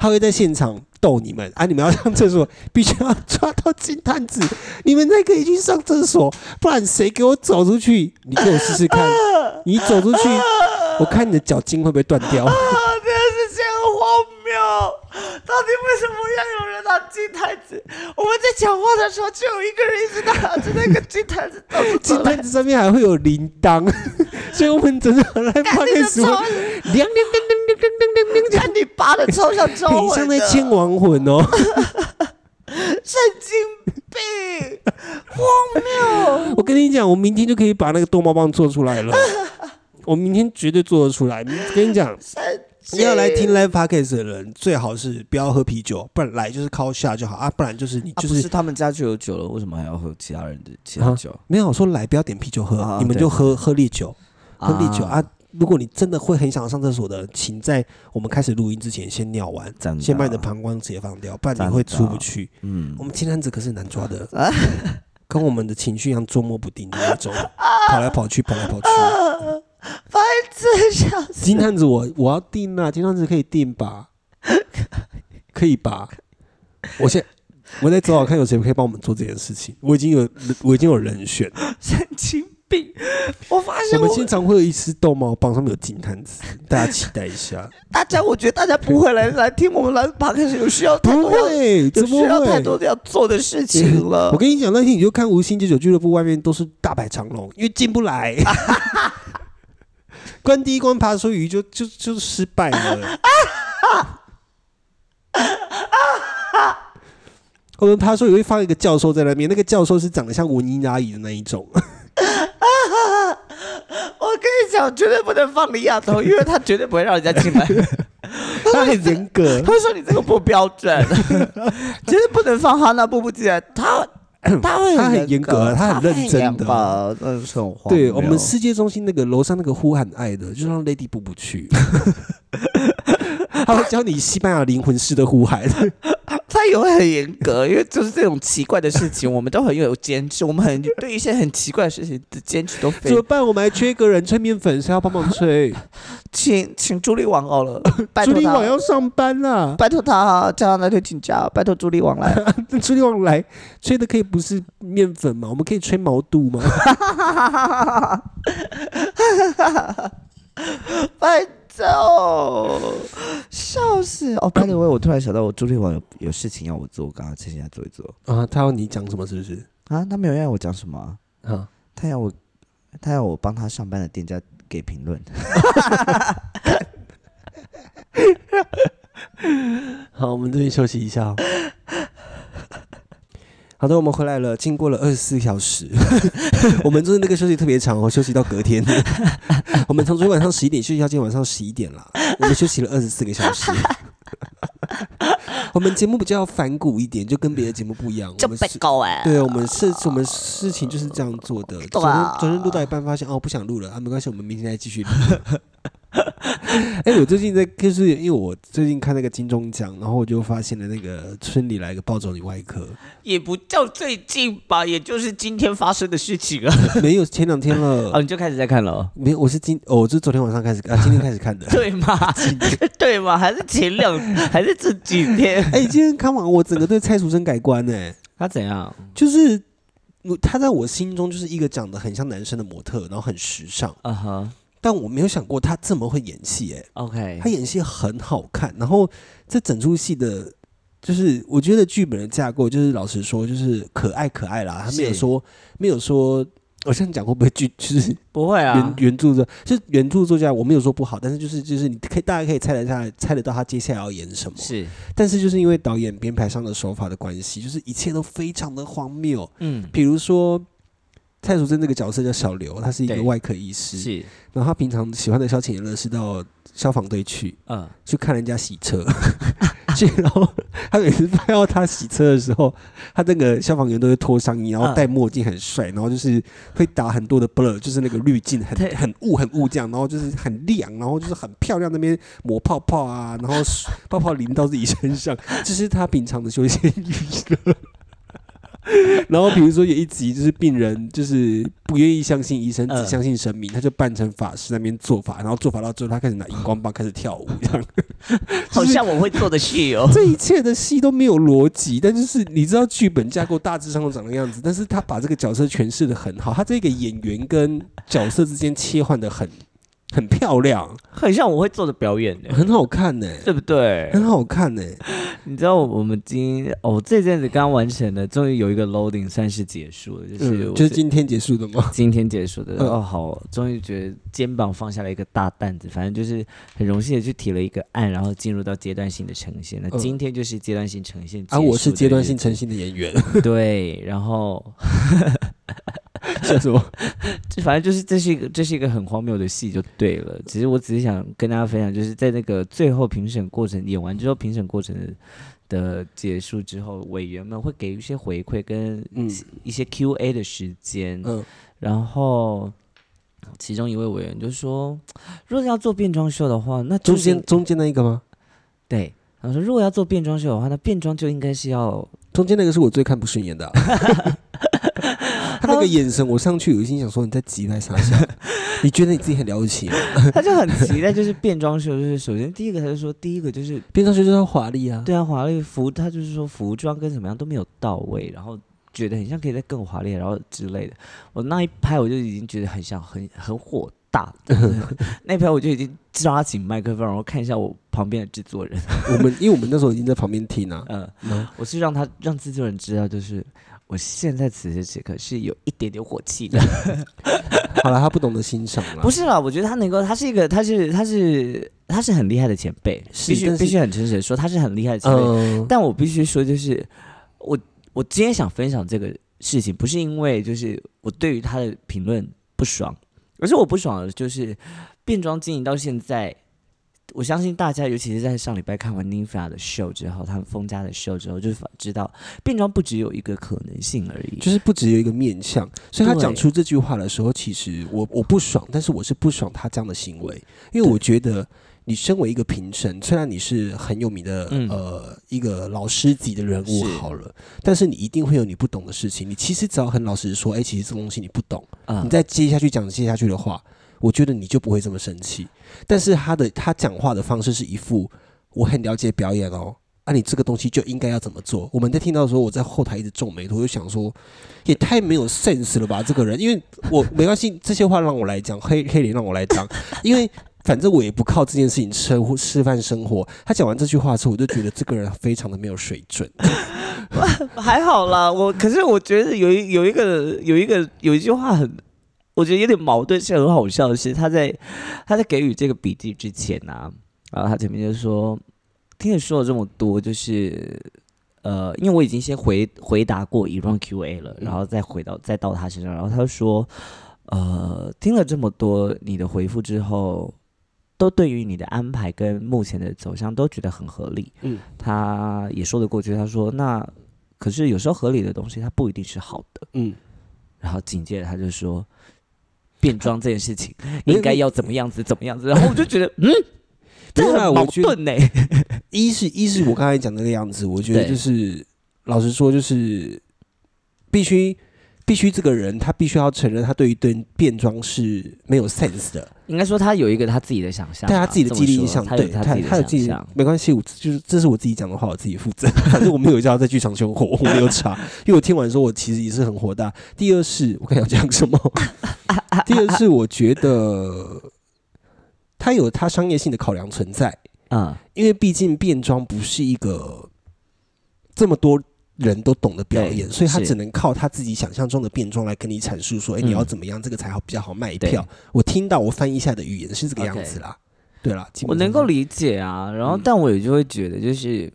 [SPEAKER 1] 他会在现场逗你们啊！你们要上厕所 *laughs* 必须要抓到金探子，你们才可以去上厕所，不然谁给我走出去？你给我试试看，你走出去，我看你的脚筋会不会断掉？
[SPEAKER 2] 啊，这件事情很荒谬！到底为什么要有人拿金台子？我们在讲话的时候，就有一个人一直拿着那个金台子到处
[SPEAKER 1] 金
[SPEAKER 2] 走来
[SPEAKER 1] 探子上面还会有铃铛， *laughs* 所以我们整个来发
[SPEAKER 2] 哎那
[SPEAKER 1] 开
[SPEAKER 2] 个
[SPEAKER 3] *laughs*
[SPEAKER 1] 始会
[SPEAKER 2] 超
[SPEAKER 1] 亮亮亮亮亮亮亮亮，
[SPEAKER 2] 看你拔的超像招
[SPEAKER 1] 很
[SPEAKER 2] 魂
[SPEAKER 1] 像在
[SPEAKER 2] 的，
[SPEAKER 1] 牵亡魂哦。 *laughs*
[SPEAKER 2] 神经病，荒谬！
[SPEAKER 1] 我跟你讲，我明天就可以把那个逗猫棒做出来了。我明天绝对做得出来。跟你讲，
[SPEAKER 2] 神经
[SPEAKER 1] 要来听 live podcast 的人，最好是不要喝啤酒，不然来就是 call 下就好啊，不然就是你
[SPEAKER 2] 啊
[SPEAKER 1] 就
[SPEAKER 2] 不
[SPEAKER 1] 是
[SPEAKER 2] 是他们家就有酒了，为什么还要喝其他人的其
[SPEAKER 1] 啊
[SPEAKER 2] 他酒？
[SPEAKER 1] 没有我说来不要点啤酒喝，
[SPEAKER 2] 啊
[SPEAKER 1] 你们
[SPEAKER 2] 对
[SPEAKER 1] 就喝喝烈酒，喝烈酒啊。如果你真的会很想上厕所的，请在我们开始录音之前先尿完，
[SPEAKER 2] 真的
[SPEAKER 1] 先把你的膀胱解放掉，不然
[SPEAKER 2] 真
[SPEAKER 1] 你
[SPEAKER 2] 的
[SPEAKER 1] 会出不去。
[SPEAKER 2] 嗯
[SPEAKER 1] 我，们金三子可是难抓
[SPEAKER 2] *laughs*
[SPEAKER 1] 的，
[SPEAKER 2] 啊
[SPEAKER 1] 跟我们的情绪一样捉摸不定的那
[SPEAKER 2] *laughs*
[SPEAKER 1] 种，跑来跑去，跑来跑去。
[SPEAKER 2] 白痴笑死！
[SPEAKER 1] 金探子我我要订啊，金探子可以订
[SPEAKER 2] *laughs*
[SPEAKER 1] 吧？可以吧？我现我在找找看有谁可以帮我们做这件事情。我已经有我已经有人选，
[SPEAKER 2] 神经病！我发
[SPEAKER 1] 我
[SPEAKER 2] 现
[SPEAKER 1] 们
[SPEAKER 2] 啊我
[SPEAKER 1] 经常会有一只逗猫棒，上面有金探子，大家期待一下。
[SPEAKER 2] 大家，我觉得大家不会来来听我们来 p o 有需 *laughs* 要太
[SPEAKER 1] 不
[SPEAKER 2] 多要
[SPEAKER 1] 会，
[SPEAKER 2] 有
[SPEAKER 1] 怎
[SPEAKER 2] 需要
[SPEAKER 1] 么
[SPEAKER 2] 太
[SPEAKER 1] 会？
[SPEAKER 2] 多要做的事情了。
[SPEAKER 1] 我跟你讲，那天你就看无心戒酒俱乐部外面都是大排长龙，因为进不 *laughs* 来。关第一关爬出鱼就就就失败 *laughs* 了。我们爬出鱼会放一个教授在那边，那个教授是长得像文英阿姨的那一种。 *laughs*
[SPEAKER 2] 我跟你讲，绝对不能放李亚头，因为他绝对不会让人家进
[SPEAKER 1] *laughs*
[SPEAKER 2] 来。
[SPEAKER 1] 他很严格 *laughs*
[SPEAKER 2] 他，会说你这个不标准，绝对不能放哈娜布布进来。他他会
[SPEAKER 1] 他很
[SPEAKER 2] 严
[SPEAKER 1] 严格他很认真的
[SPEAKER 2] 吧？那是很荒谬
[SPEAKER 1] 对我们世界中心那个楼上那个呼喊爱的，就让 Lady 步步去， *laughs* 他会教你西班牙灵魂式的呼喊。
[SPEAKER 2] 他也会很严格，因为就是这种奇怪的事情，我们都很有坚持，我们很对一些很奇怪的事情的坚持都非
[SPEAKER 1] 怎么办？我们还缺一个人吹面粉，谁要帮忙吹？
[SPEAKER 2] 请请朱莉王好了，拜
[SPEAKER 1] 朱
[SPEAKER 2] 托
[SPEAKER 1] 丽
[SPEAKER 2] 他
[SPEAKER 1] 网，要上班啦，
[SPEAKER 2] 拜托他，叫他那天请假，拜托朱莉王
[SPEAKER 1] *laughs*
[SPEAKER 2] 来。
[SPEAKER 1] 朱丽网来吹的可以不是面粉吗？我们可以吹毛肚吗？
[SPEAKER 2] 拜托，笑死！哦，班里位，我突然想到，我朱莉王有有事情要我做，我刚刚趁现在做一做
[SPEAKER 1] *laughs* 啊，他要你讲什么是不是？
[SPEAKER 2] 啊。他没有要我讲什么啊、
[SPEAKER 1] 啊，
[SPEAKER 2] 他要我，他要我帮他上班的店家给评论。
[SPEAKER 1] *laughs* 好，我们这边休息一下哦。 *laughs* 好的，我们回来了。经过了二十四小时， *laughs* 我们就是那个休息特别长哦，休息到隔天。 *laughs* 我们从昨天晚上十一点休息到今天晚上十一点啦，我们休息了二十四个小时。 *laughs* 我们节目比较反骨一点，就跟别的节目不一样。我
[SPEAKER 3] 就
[SPEAKER 1] 们
[SPEAKER 3] 被
[SPEAKER 1] 是
[SPEAKER 3] 告哎、
[SPEAKER 1] 对我们事我们事情就是这样做的。昨天昨天录到一半发现哦不想录了啊，没关系，我们明天再继续录。 *laughs* 哎、我最近在就是因为我最近看那个金钟奖，然后我就发现了那个村里来个暴走女外科，
[SPEAKER 2] 也不叫最近吧，也就是今天发生的事情啊。
[SPEAKER 1] 没有前两天
[SPEAKER 2] *laughs* 哦，
[SPEAKER 1] 了，
[SPEAKER 2] 你就开始在看了哦？
[SPEAKER 1] *laughs* 没有，我是今哦，我是昨天晚上开始啊，今天开始看的。 *laughs*
[SPEAKER 2] 对吗？ *laughs* 对吗？还是前两，还是这几天？
[SPEAKER 1] 哎、今天看完我整个对蔡楚生改观呢、
[SPEAKER 2] *laughs*
[SPEAKER 1] 哎
[SPEAKER 2] 他怎样？
[SPEAKER 1] 就是我他在我心中就是一个长得很像男生的模特，然后很时尚，
[SPEAKER 2] 啊哈
[SPEAKER 1] 但我没有想过他这么会演戏哎、
[SPEAKER 2] ，OK，
[SPEAKER 1] 他演戏很好看，然后这整出戏的就是我觉得剧本的架构，就是老实说，就是可爱可爱啦，他没有
[SPEAKER 2] 是
[SPEAKER 1] 说没有说，我这样讲会不会剧就是
[SPEAKER 2] 不会
[SPEAKER 1] 原、
[SPEAKER 2] 啊，
[SPEAKER 1] 原著作就是原著作家，我没有说不好，但是就是就是你可以大家可以猜得下来，猜得到他接下来要演什么。
[SPEAKER 2] 是，
[SPEAKER 1] 但是就是因为导演编排上的手法的关系，就是一切都非常的荒谬。
[SPEAKER 2] 嗯，
[SPEAKER 1] 比如说蔡淑珍这个角色叫小刘，他是一个
[SPEAKER 2] 对
[SPEAKER 1] 外科医师，
[SPEAKER 2] 是，
[SPEAKER 1] 然后他平常喜欢的消遣娱乐是到消防队去
[SPEAKER 2] *laughs* 嗯，
[SPEAKER 1] 去看人家洗车。去，然后他每次拍到他洗车的时候，他那个消防员都会脱上衣，然后
[SPEAKER 2] 嗯
[SPEAKER 1] 戴墨镜，很帅，然后就是会打很多的 blur，就是那个滤镜很
[SPEAKER 2] 对
[SPEAKER 1] 很雾很雾这样，然后就是很亮，然后就是很漂亮，那边抹泡泡啊，然后水泡泡淋到自己身上，这是他平常的休闲娱乐。然后比如说有一集就是病人就是不愿意相信医生，只
[SPEAKER 2] 嗯
[SPEAKER 1] 相信神明，他就扮成法师在那边做法，然后做法到最后他开始拿荧光棒开始跳舞这样。
[SPEAKER 3] 好像我会做的事哦。
[SPEAKER 1] 这一切的戏都没有逻辑，但就是你知道剧本架构大致上都长那个样子，但是他把这个角色诠释的很好，他这个演员跟角色之间切换的很很漂亮，
[SPEAKER 2] *laughs* 很像我会做的嗯表演呢，
[SPEAKER 1] 很好看呢、
[SPEAKER 2] *laughs* 对不对？
[SPEAKER 1] 很好看呢、
[SPEAKER 2] 你知道我们今哦这阵子刚完成的，终于有一个 loading 算是结束了，就是
[SPEAKER 1] 嗯，
[SPEAKER 2] 我
[SPEAKER 1] 就是
[SPEAKER 2] 是
[SPEAKER 1] 今天结束的吗？
[SPEAKER 2] 今天结束的
[SPEAKER 1] 嗯
[SPEAKER 2] 哦，好，终于觉得肩膀放下了一个大担子，反正就是很荣幸的去提了一个案，然后进入到阶段性的呈现。那
[SPEAKER 1] 嗯
[SPEAKER 2] 今天就是阶段性呈现
[SPEAKER 1] 啊，我是阶段性
[SPEAKER 2] 呈
[SPEAKER 1] 诚信的演员， *laughs*
[SPEAKER 2] 对，然后
[SPEAKER 1] 笑什么？
[SPEAKER 2] 这 *laughs* 反正就是这是一个这是一个很荒谬的戏就对了。其实我只是想跟大家分享，就是在那个最后评审过程演完之后，评审过程的的结束之后，委员们会给予一些回馈跟
[SPEAKER 1] 嗯
[SPEAKER 2] 一些 Q&A 的时间，
[SPEAKER 1] 嗯
[SPEAKER 2] 然后其中一位委员就说，如果要做变装秀的话，那
[SPEAKER 1] 中
[SPEAKER 2] 中
[SPEAKER 1] 间
[SPEAKER 2] 间
[SPEAKER 1] 中间那一个吗？
[SPEAKER 2] 对，然后说如果要做变装秀的话，那变装就应该是要
[SPEAKER 1] 中间那个是我最看不顺 *laughs* 眼的啊、他那个眼神，我上去有一心想说你在急来 *laughs* 啥笑？你觉得你自己很了不起 *laughs* 吗？
[SPEAKER 2] 他就很期
[SPEAKER 1] *laughs*
[SPEAKER 2] 待，就是变装秀，就是首先第一个，他就说第一个就是
[SPEAKER 1] 边上去就是要华丽啊，
[SPEAKER 2] 对啊，华丽服，他就是说服装跟怎么样都没有到位，然后觉得很像可以再更华丽，然后之类的。我那一拍我就已经觉得很想很很火大，
[SPEAKER 1] *laughs*
[SPEAKER 2] 那一拍我就已经抓紧麦克风，然后看一下我旁边的制作人， *laughs*
[SPEAKER 1] 我们因为我们那时候已经在旁边听啊，
[SPEAKER 2] 嗯，
[SPEAKER 1] 然后
[SPEAKER 2] 我是让他让制作人知道，就是我现在此时此刻是有一点点火气
[SPEAKER 1] *laughs*
[SPEAKER 2] 的。
[SPEAKER 1] 好了，他不懂得欣赏了。
[SPEAKER 2] 不是啦，我觉得他能够，他是一个，他是他是他是很厉害的前辈，
[SPEAKER 1] 是
[SPEAKER 2] 必须
[SPEAKER 1] 但是
[SPEAKER 2] 必须很诚实的说，他是很厉害的前辈。
[SPEAKER 1] 嗯，
[SPEAKER 2] 但我必须说，就是我我今天想分享这个事情，不是因为就是我对于他的评论不爽，而是我不爽的就是变装经营到现在，我相信大家，尤其是在上礼拜看完 Ninfa 的秀之后，他们封家的秀之后，就知道变装不只有一个可能性而已。
[SPEAKER 1] 就是不只有一个面相，所以他
[SPEAKER 2] 对
[SPEAKER 1] 讲出这句话的时候，其实我我不爽，但是我是不爽他这样的行为，因为我觉得你身为一个评审，虽然你是很有名的、
[SPEAKER 2] 嗯
[SPEAKER 1] 呃一个老师级的人物
[SPEAKER 2] 是
[SPEAKER 1] 好了，但是你一定会有你不懂的事情。你其实只要很老实说，哎、其实这东西你不懂，
[SPEAKER 2] 嗯
[SPEAKER 1] 你再接下去讲接下去的话，我觉得你就不会这么生气。但是他的他讲话的方式是一副我很了解表演哦，啊，你这个东西就应该要怎么做。我们在听到的时候，我在后台一直皱眉头，我就想说，也太没有 sense 了吧，这个人。因为我没关系，这些话让我来讲，黑黑脸让我来讲， *laughs* 因为。反正我也不靠这件事情吃吃饭生活。他讲完这句话之后，我就觉得这个人非常的没有水准。
[SPEAKER 2] 还好啦，我可是我觉得有一有一个有一个有一句话很，我觉得有点矛盾，是很好笑的是，他在他在给予这个笔记之前啊，然后他前面就说，听你说了这么多，就是呃，因为我已经先回回答过一 round Q&A 了，
[SPEAKER 1] 嗯
[SPEAKER 2] 然后再回到再到他身上，然后他就说，呃，听了这么多你的回复之后。都对于你的安排跟目前的走向都觉得很合理，
[SPEAKER 1] 嗯，
[SPEAKER 2] 他也说得过去。他说：“那可是有时候合理的东西它不一定是好的。
[SPEAKER 1] 嗯，”
[SPEAKER 2] 然后紧接着他就说，变装这件
[SPEAKER 1] *laughs*
[SPEAKER 2] 事情
[SPEAKER 1] 没有
[SPEAKER 2] 应该要怎么样子怎么样子。然后我就觉得，嗯，这
[SPEAKER 1] 没有啦
[SPEAKER 2] 很
[SPEAKER 1] 啊我
[SPEAKER 2] 矛
[SPEAKER 1] 觉得
[SPEAKER 2] 盾呢、
[SPEAKER 1] 一是一是我刚才讲的那个样子，我觉得
[SPEAKER 2] 对
[SPEAKER 1] 就是老实说，就是必须必须这个人他必须要承认他对于对变装是没有 sense 的，
[SPEAKER 2] 应该说他有一个他自己的想象吧，啊
[SPEAKER 1] 但他自己的
[SPEAKER 2] 这么
[SPEAKER 1] 激励
[SPEAKER 2] 说
[SPEAKER 1] 印象，
[SPEAKER 2] 他
[SPEAKER 1] 对
[SPEAKER 2] 有
[SPEAKER 1] 他
[SPEAKER 2] 自己
[SPEAKER 1] 他有
[SPEAKER 2] 的
[SPEAKER 1] 自
[SPEAKER 2] 想
[SPEAKER 1] 己
[SPEAKER 2] 象。
[SPEAKER 1] 没关系，我就是这是我自己讲的话，我自己负责， *laughs* 反正我没有叫他在剧场凶火，我没有查，因为我听完说我其实也是很火大。第二是我看要讲什么， *laughs* 第二是我觉得他有他商业性的考量存在，
[SPEAKER 2] 嗯，
[SPEAKER 1] 因为毕竟变装不是一个这么多人都懂得表
[SPEAKER 2] 对
[SPEAKER 1] 演，所以他
[SPEAKER 2] 是
[SPEAKER 1] 只能靠他自己想象中的变装来跟你阐述说，哎、
[SPEAKER 2] 嗯
[SPEAKER 1] 你要怎么样，这个才好比较好卖
[SPEAKER 2] 对
[SPEAKER 1] 票。我听到我翻译下的语言是这个样子啦。对啦，基
[SPEAKER 2] 我
[SPEAKER 1] 本上
[SPEAKER 2] 能够理解啊，然后
[SPEAKER 1] 嗯
[SPEAKER 2] 但我也就会觉得，就是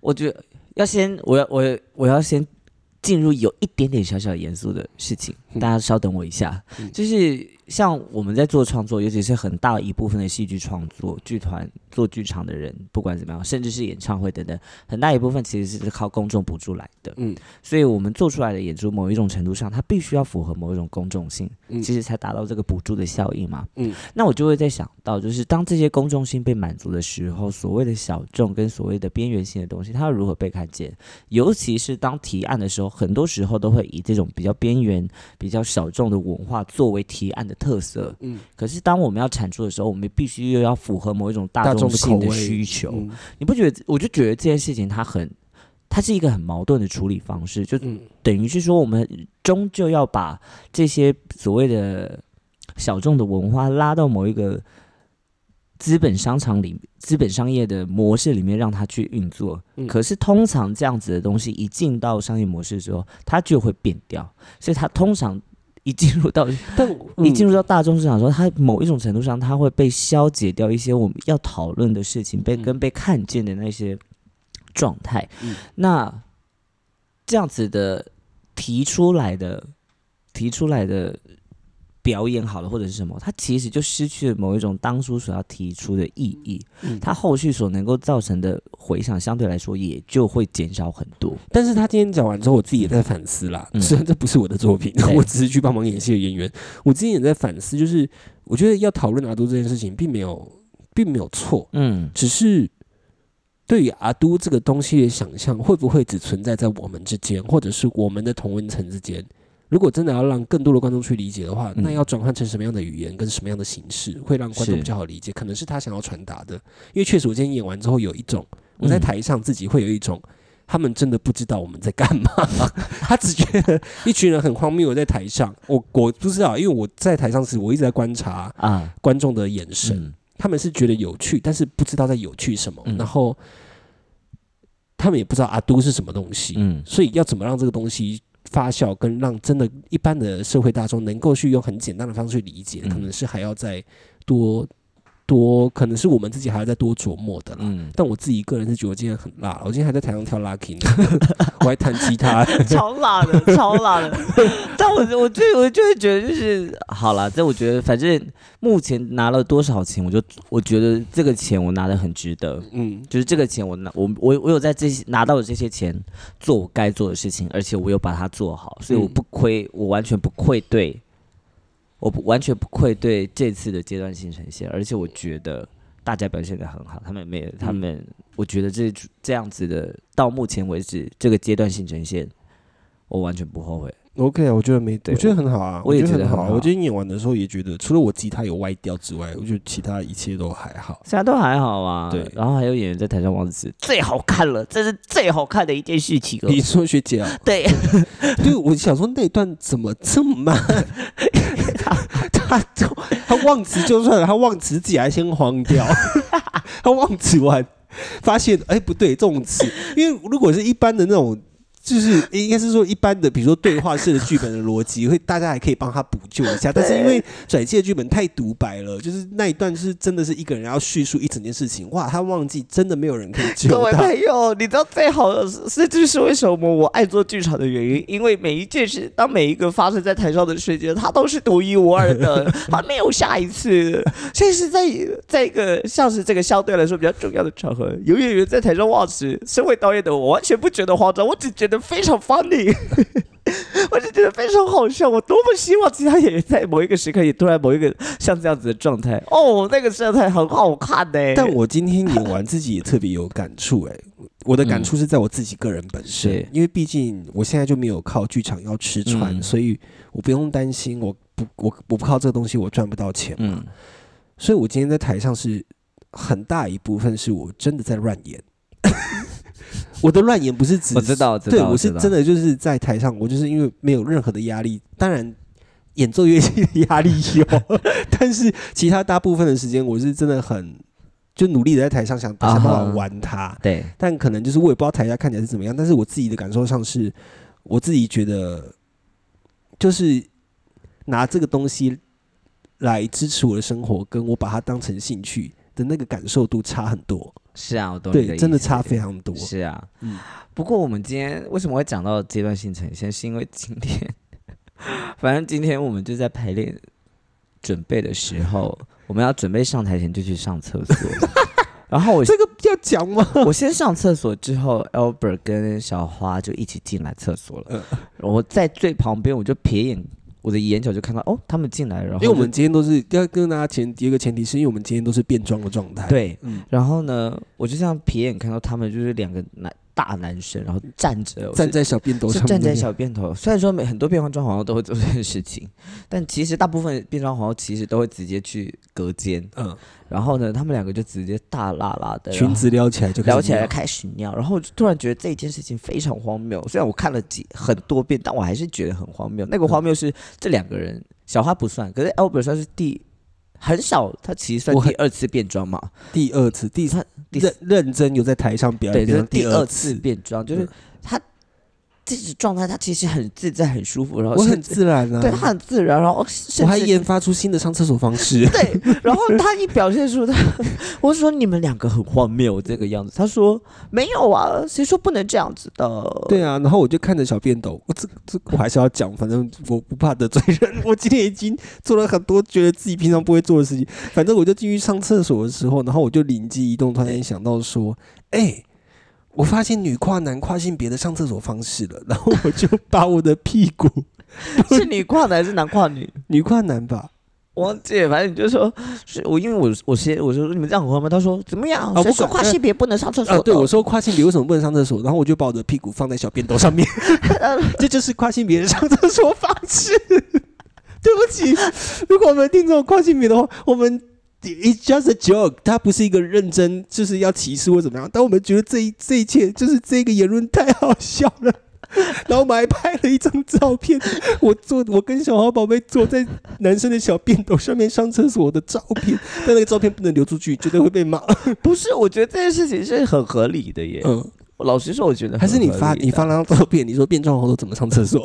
[SPEAKER 2] 我觉得要先，我要我我要先进入有一点点小小严肃的事情，
[SPEAKER 1] 嗯
[SPEAKER 2] 大家稍等我一下。
[SPEAKER 1] 嗯
[SPEAKER 2] 就是像我们在做创作，尤其是很大一部分的戏剧创作、剧团做剧场的人，不管怎么样，甚至是演唱会等等，很大一部分其实是靠公众补助来的。
[SPEAKER 1] 嗯
[SPEAKER 2] 嗯，所以我们做出来的演出，某一种程度上，它必须要符合某一种公众性，
[SPEAKER 1] 嗯
[SPEAKER 2] 其实才达到这个补助的效应嘛。
[SPEAKER 1] 嗯
[SPEAKER 2] 那我就会在想到，就是当这些公众性被满足的时候，所谓的小众跟所谓的边缘性的东西，它要如何被看见？尤其是当提案的时候，很多时候都会以这种比较边缘、比较小众的文化作为提案的特色。
[SPEAKER 1] 嗯
[SPEAKER 2] 可是当我们要产出的时候，我们必须又要符合某一种
[SPEAKER 1] 大
[SPEAKER 2] 大
[SPEAKER 1] 众
[SPEAKER 2] 众
[SPEAKER 1] 的
[SPEAKER 2] 性的
[SPEAKER 1] 口味
[SPEAKER 2] 需求。
[SPEAKER 1] 嗯
[SPEAKER 2] 你不觉得？我就觉得这件事情它很。它是一个很矛盾的处理方式，就
[SPEAKER 1] 嗯
[SPEAKER 2] 等于是说，我们终究要把这些所谓的小众的文化拉到某一个资本商场里、资本商业的模式里面，让它去运作。
[SPEAKER 1] 嗯
[SPEAKER 2] 可是，通常这样子的东西一进到商业模式之后，它就会变掉，所以它通常。一进入到
[SPEAKER 1] 但
[SPEAKER 2] 一进
[SPEAKER 1] 入
[SPEAKER 2] 入到大众市场的时候，它某一种程度上，它会被消解掉一些我们要讨论的事情，被
[SPEAKER 1] 嗯
[SPEAKER 2] 跟被看见的那些状态。
[SPEAKER 1] 嗯
[SPEAKER 2] 那这样子的提出来的提出来的表演好了，或者是什么，它其实就失去了某一种当初所要提出的意义，
[SPEAKER 1] 嗯
[SPEAKER 2] 它后续所能够造成的回响，相对来说也就会减少很多。
[SPEAKER 1] 但是他今天讲完之后，我自己也在反思啦。*laughs*
[SPEAKER 2] 嗯
[SPEAKER 1] 虽然这不是我的作品，
[SPEAKER 2] 对
[SPEAKER 1] 我只是去帮忙演戏的演员。我自己也在反思，就是我觉得要讨论阿都这件事情，并没有，并没有错，
[SPEAKER 2] 嗯，
[SPEAKER 1] 只是对于阿都这个东西的想象，会不会只存在在我们之间，或者是我们的同温层之间？如果真的要让更多的观众去理解的话，
[SPEAKER 2] 嗯
[SPEAKER 1] 那要转换成什么样的语言跟什么样的形式，会让观众
[SPEAKER 2] 是
[SPEAKER 1] 比较好理解？可能是他想要传达的，嗯
[SPEAKER 2] 嗯
[SPEAKER 1] 因为确实我今天演完之后有一种。我在台上自己会有一种，他们真的不知道我们在干嘛，
[SPEAKER 2] *laughs*
[SPEAKER 1] 他只觉得一群人很荒谬。我在台上，我我不知道，因为我在台上时，我一直在观察
[SPEAKER 2] 啊，
[SPEAKER 1] 观众的眼神，
[SPEAKER 2] 嗯
[SPEAKER 1] 他们是觉得有趣，但是不知道在有趣什么，
[SPEAKER 2] 嗯
[SPEAKER 1] 然后他们也不知道阿都是什么东西，
[SPEAKER 2] 嗯
[SPEAKER 1] 所以要怎么让这个东西发酵，跟让真的一般的社会大众能够去用很简单的方式去理解，
[SPEAKER 2] 嗯
[SPEAKER 1] 可能是还要再多多，可能是我们自己还要再多琢磨的啦。
[SPEAKER 2] 嗯，
[SPEAKER 1] 但我自己个人是觉得我今天很辣，我今天还在台上跳
[SPEAKER 2] *laughs*
[SPEAKER 1] Lucky 呢，我还弹吉他。
[SPEAKER 2] 超辣的，超辣的。但我我就我就会觉得就是好了，这我觉得反正目前拿了多少钱，我就我觉得这个钱我拿的很值得。
[SPEAKER 1] 嗯
[SPEAKER 2] 就是这个钱我拿我我我有在这些拿到的这些钱做我该做的事情，而且我有把它做好，所以我
[SPEAKER 1] 嗯
[SPEAKER 2] 不亏，我完全不愧对，我不完全不愧对这次的阶段性呈现，而且我觉得大家表现的很好，他们没有他们，我觉得这这样子的到目前为止这个阶段性呈现，我完全不后悔。
[SPEAKER 1] ，OK，我啊觉得没，
[SPEAKER 2] 对
[SPEAKER 1] 我觉得很好啊，
[SPEAKER 2] 我也
[SPEAKER 1] 觉
[SPEAKER 2] 觉得
[SPEAKER 1] 很
[SPEAKER 2] 很
[SPEAKER 1] 好啊。
[SPEAKER 2] 好
[SPEAKER 1] 我今天演完的时候也觉得，除了我吉他有歪掉之外，我觉得其他一切都还好。
[SPEAKER 2] 现在都还好啊，
[SPEAKER 1] 对
[SPEAKER 2] 然后还有演员在台上忘词，最好看了，这是最好看的一件事情、哦。
[SPEAKER 1] 你说学姐啊？
[SPEAKER 2] *laughs* 对，
[SPEAKER 1] *laughs* 对，我想说那段怎么这么
[SPEAKER 2] *laughs*
[SPEAKER 1] 慢？他就他忘词就算了，他忘词自己还先慌
[SPEAKER 2] *laughs*
[SPEAKER 1] 掉，他忘词完发现哎、不对，这种词，因为如果是一般的那种。就是应该是说一般的，比如说对话式的剧本的逻辑，会大家还可以帮他补救一下。但是因为转借剧本太独白了，就是那一段是真的是一个人要叙述一整件事情，哇，他忘记真的没有人可以救
[SPEAKER 2] 各位
[SPEAKER 1] 他。
[SPEAKER 2] 朋友，你知道最好的是，这就是为什么我爱做剧场的原因，因为每一件事，当每一个发生在台上的瞬间，它都是独一无
[SPEAKER 1] *laughs*
[SPEAKER 2] 二的，它没有下一次。所以是在在一个像是这个相对来说比较重要的场合，有演员在台上忘词，身为导演的我完全不觉得慌张，我只觉得非常 funny。我只觉得非常好笑，我多么希望其他演员在某一个时刻也突然某一个像这样子的状态哦，那个状态很好看呢、
[SPEAKER 1] *laughs* 但我今天演完自己也特别有感触，哎，我的感触是在我自己个人本身，
[SPEAKER 2] 嗯是
[SPEAKER 1] 因为毕竟我现在就没有靠剧场要吃穿，
[SPEAKER 2] 嗯
[SPEAKER 1] 所以我不用担心我不我我不靠这个东西我赚不到钱，
[SPEAKER 2] 嗯
[SPEAKER 1] 所以我今天在台上是很大一部分是我真的在乱
[SPEAKER 2] *laughs*
[SPEAKER 1] 演。我的乱演不是指
[SPEAKER 2] 我知道，知道
[SPEAKER 1] 对，我是
[SPEAKER 2] 知道
[SPEAKER 1] 真的就是在台上，我就是因为没有任何的压力，当然演 *laughs* 奏乐器的压力有，但是其他大部分的时间我是真的很就努力的在台上想
[SPEAKER 2] 啊哈
[SPEAKER 1] 想办法玩它，
[SPEAKER 2] 对，
[SPEAKER 1] 但可能就是我也不知道台下看起来是怎么样，但是我自己的感受上是，我自己觉得就是拿这个东西来支持我的生活，跟我把它当成兴趣的那个感受度差很多，
[SPEAKER 2] 是啊，我懂你
[SPEAKER 1] 对，
[SPEAKER 2] 意
[SPEAKER 1] 真的
[SPEAKER 2] 思
[SPEAKER 1] 差非常多。
[SPEAKER 2] 是啊，
[SPEAKER 1] 嗯
[SPEAKER 2] 不过我们今天为什么会讲到阶段性呈现，是因为今天， *laughs* 反正今天我们就在排练准备的时候，我们要准备上台前就去上
[SPEAKER 1] *laughs*
[SPEAKER 2] 厕所，然后我
[SPEAKER 1] 这个要讲吗？ *laughs*
[SPEAKER 2] 我先上厕所之后，Albert 跟小花就一起进来厕所
[SPEAKER 1] 嗯
[SPEAKER 2] 了，我在最旁边我就瞥眼，我的眼角就看到哦，他们进来了，然后
[SPEAKER 1] 因为我
[SPEAKER 2] 就
[SPEAKER 1] 们今天都是要跟大家前有一个前提，是因为我们今天都是变装的状态。，
[SPEAKER 2] 对，
[SPEAKER 1] 嗯
[SPEAKER 2] 然后呢，我就这样瞥眼看到他们就是两个男大男生，然后站着，我
[SPEAKER 1] 站
[SPEAKER 2] 是
[SPEAKER 1] 在小便斗
[SPEAKER 2] 是
[SPEAKER 1] 上面，
[SPEAKER 2] 站在小便头。虽然说每很多变装皇后都会做这件事情，但其实大部分变装皇后其实都会直接去隔间，
[SPEAKER 1] 嗯
[SPEAKER 2] 然后呢，他们两个就直接大辣辣的
[SPEAKER 1] 裙。子撩起来就
[SPEAKER 2] 然后
[SPEAKER 1] 开
[SPEAKER 2] 聊
[SPEAKER 1] 始
[SPEAKER 2] 啊起来
[SPEAKER 1] 尿，
[SPEAKER 2] 开始尿，然后我就突然觉得这一件事情非常荒谬。虽然我看了几很多遍，但我还是觉得很荒谬。
[SPEAKER 1] 嗯
[SPEAKER 2] 那个荒谬是这两个人，小花不算，可是 Albert 算是第很少，他其实算
[SPEAKER 1] 我很
[SPEAKER 2] 第二次变装嘛。
[SPEAKER 1] 第二次、第
[SPEAKER 2] 他
[SPEAKER 1] 三
[SPEAKER 2] 第
[SPEAKER 1] 认认真有在台上表
[SPEAKER 2] 对，
[SPEAKER 1] 演，
[SPEAKER 2] 就
[SPEAKER 1] 变
[SPEAKER 2] 是
[SPEAKER 1] 成第
[SPEAKER 2] 二
[SPEAKER 1] 次，
[SPEAKER 2] 次变装，就是
[SPEAKER 1] 嗯
[SPEAKER 2] 他这种状态，他其实很自在、很舒服，然后
[SPEAKER 1] 我
[SPEAKER 2] 甚
[SPEAKER 1] 很
[SPEAKER 2] 至
[SPEAKER 1] 自然啊，
[SPEAKER 2] 对他很自然，然后甚
[SPEAKER 1] 我还
[SPEAKER 2] 至。
[SPEAKER 1] 研发出新的上厕所方式
[SPEAKER 2] 对，然后他一表现出他， *laughs* 我说你们两个很荒谬这个样子，他说没有啊，谁说不能这样子的？
[SPEAKER 1] 对啊，然后我就看着小便斗，我这这我还是要讲，反正我不怕得罪人。 *laughs* 我今天已经做了很多觉得自己平常不会做的事情，反正我就进去上厕所的时候，然后我就灵机一动，突然间想到说，哎、我发现女跨男跨性别的上厕所方式了，然后我就 *laughs* 把我的屁股
[SPEAKER 2] *laughs* 是女跨男还是男跨女？
[SPEAKER 1] 女跨男吧，
[SPEAKER 2] 我忘记了，反正你就说是我，因为我我先我说你们这样很荒谬，他说怎么样？
[SPEAKER 1] 啊
[SPEAKER 2] 谁
[SPEAKER 1] 不
[SPEAKER 2] 说
[SPEAKER 1] 管
[SPEAKER 2] 跨性别不能上厕所
[SPEAKER 1] 啊，
[SPEAKER 2] 的？
[SPEAKER 1] 对我说跨性别为什么不能上厕所，然后我就把我的屁股放在小便斗上 *laughs* 面，这就是跨性别的上厕所方式。 *laughs* 对不起，如果我们听众跨性别的话，我们 it's just a joke，它不是一个认真，就是要歧视或怎么样。但我们觉得这一这一切就是这个言论太好笑了。 *laughs* 然后我们还拍了一张照片，我坐我跟小花宝贝坐在男生的小便斗上面上厕所的照片，但那个照片不能流出去，绝对会被骂。
[SPEAKER 2] 不是，我觉得这件事情是很合理的耶。
[SPEAKER 1] 嗯，
[SPEAKER 2] 老实说，我觉得
[SPEAKER 1] *laughs* 还是
[SPEAKER 2] 很
[SPEAKER 1] 你
[SPEAKER 2] 合
[SPEAKER 1] 发
[SPEAKER 2] 理
[SPEAKER 1] 你
[SPEAKER 2] 的
[SPEAKER 1] 发那张照片，你 *laughs* 说变装皇后怎么上厕 *laughs* 所？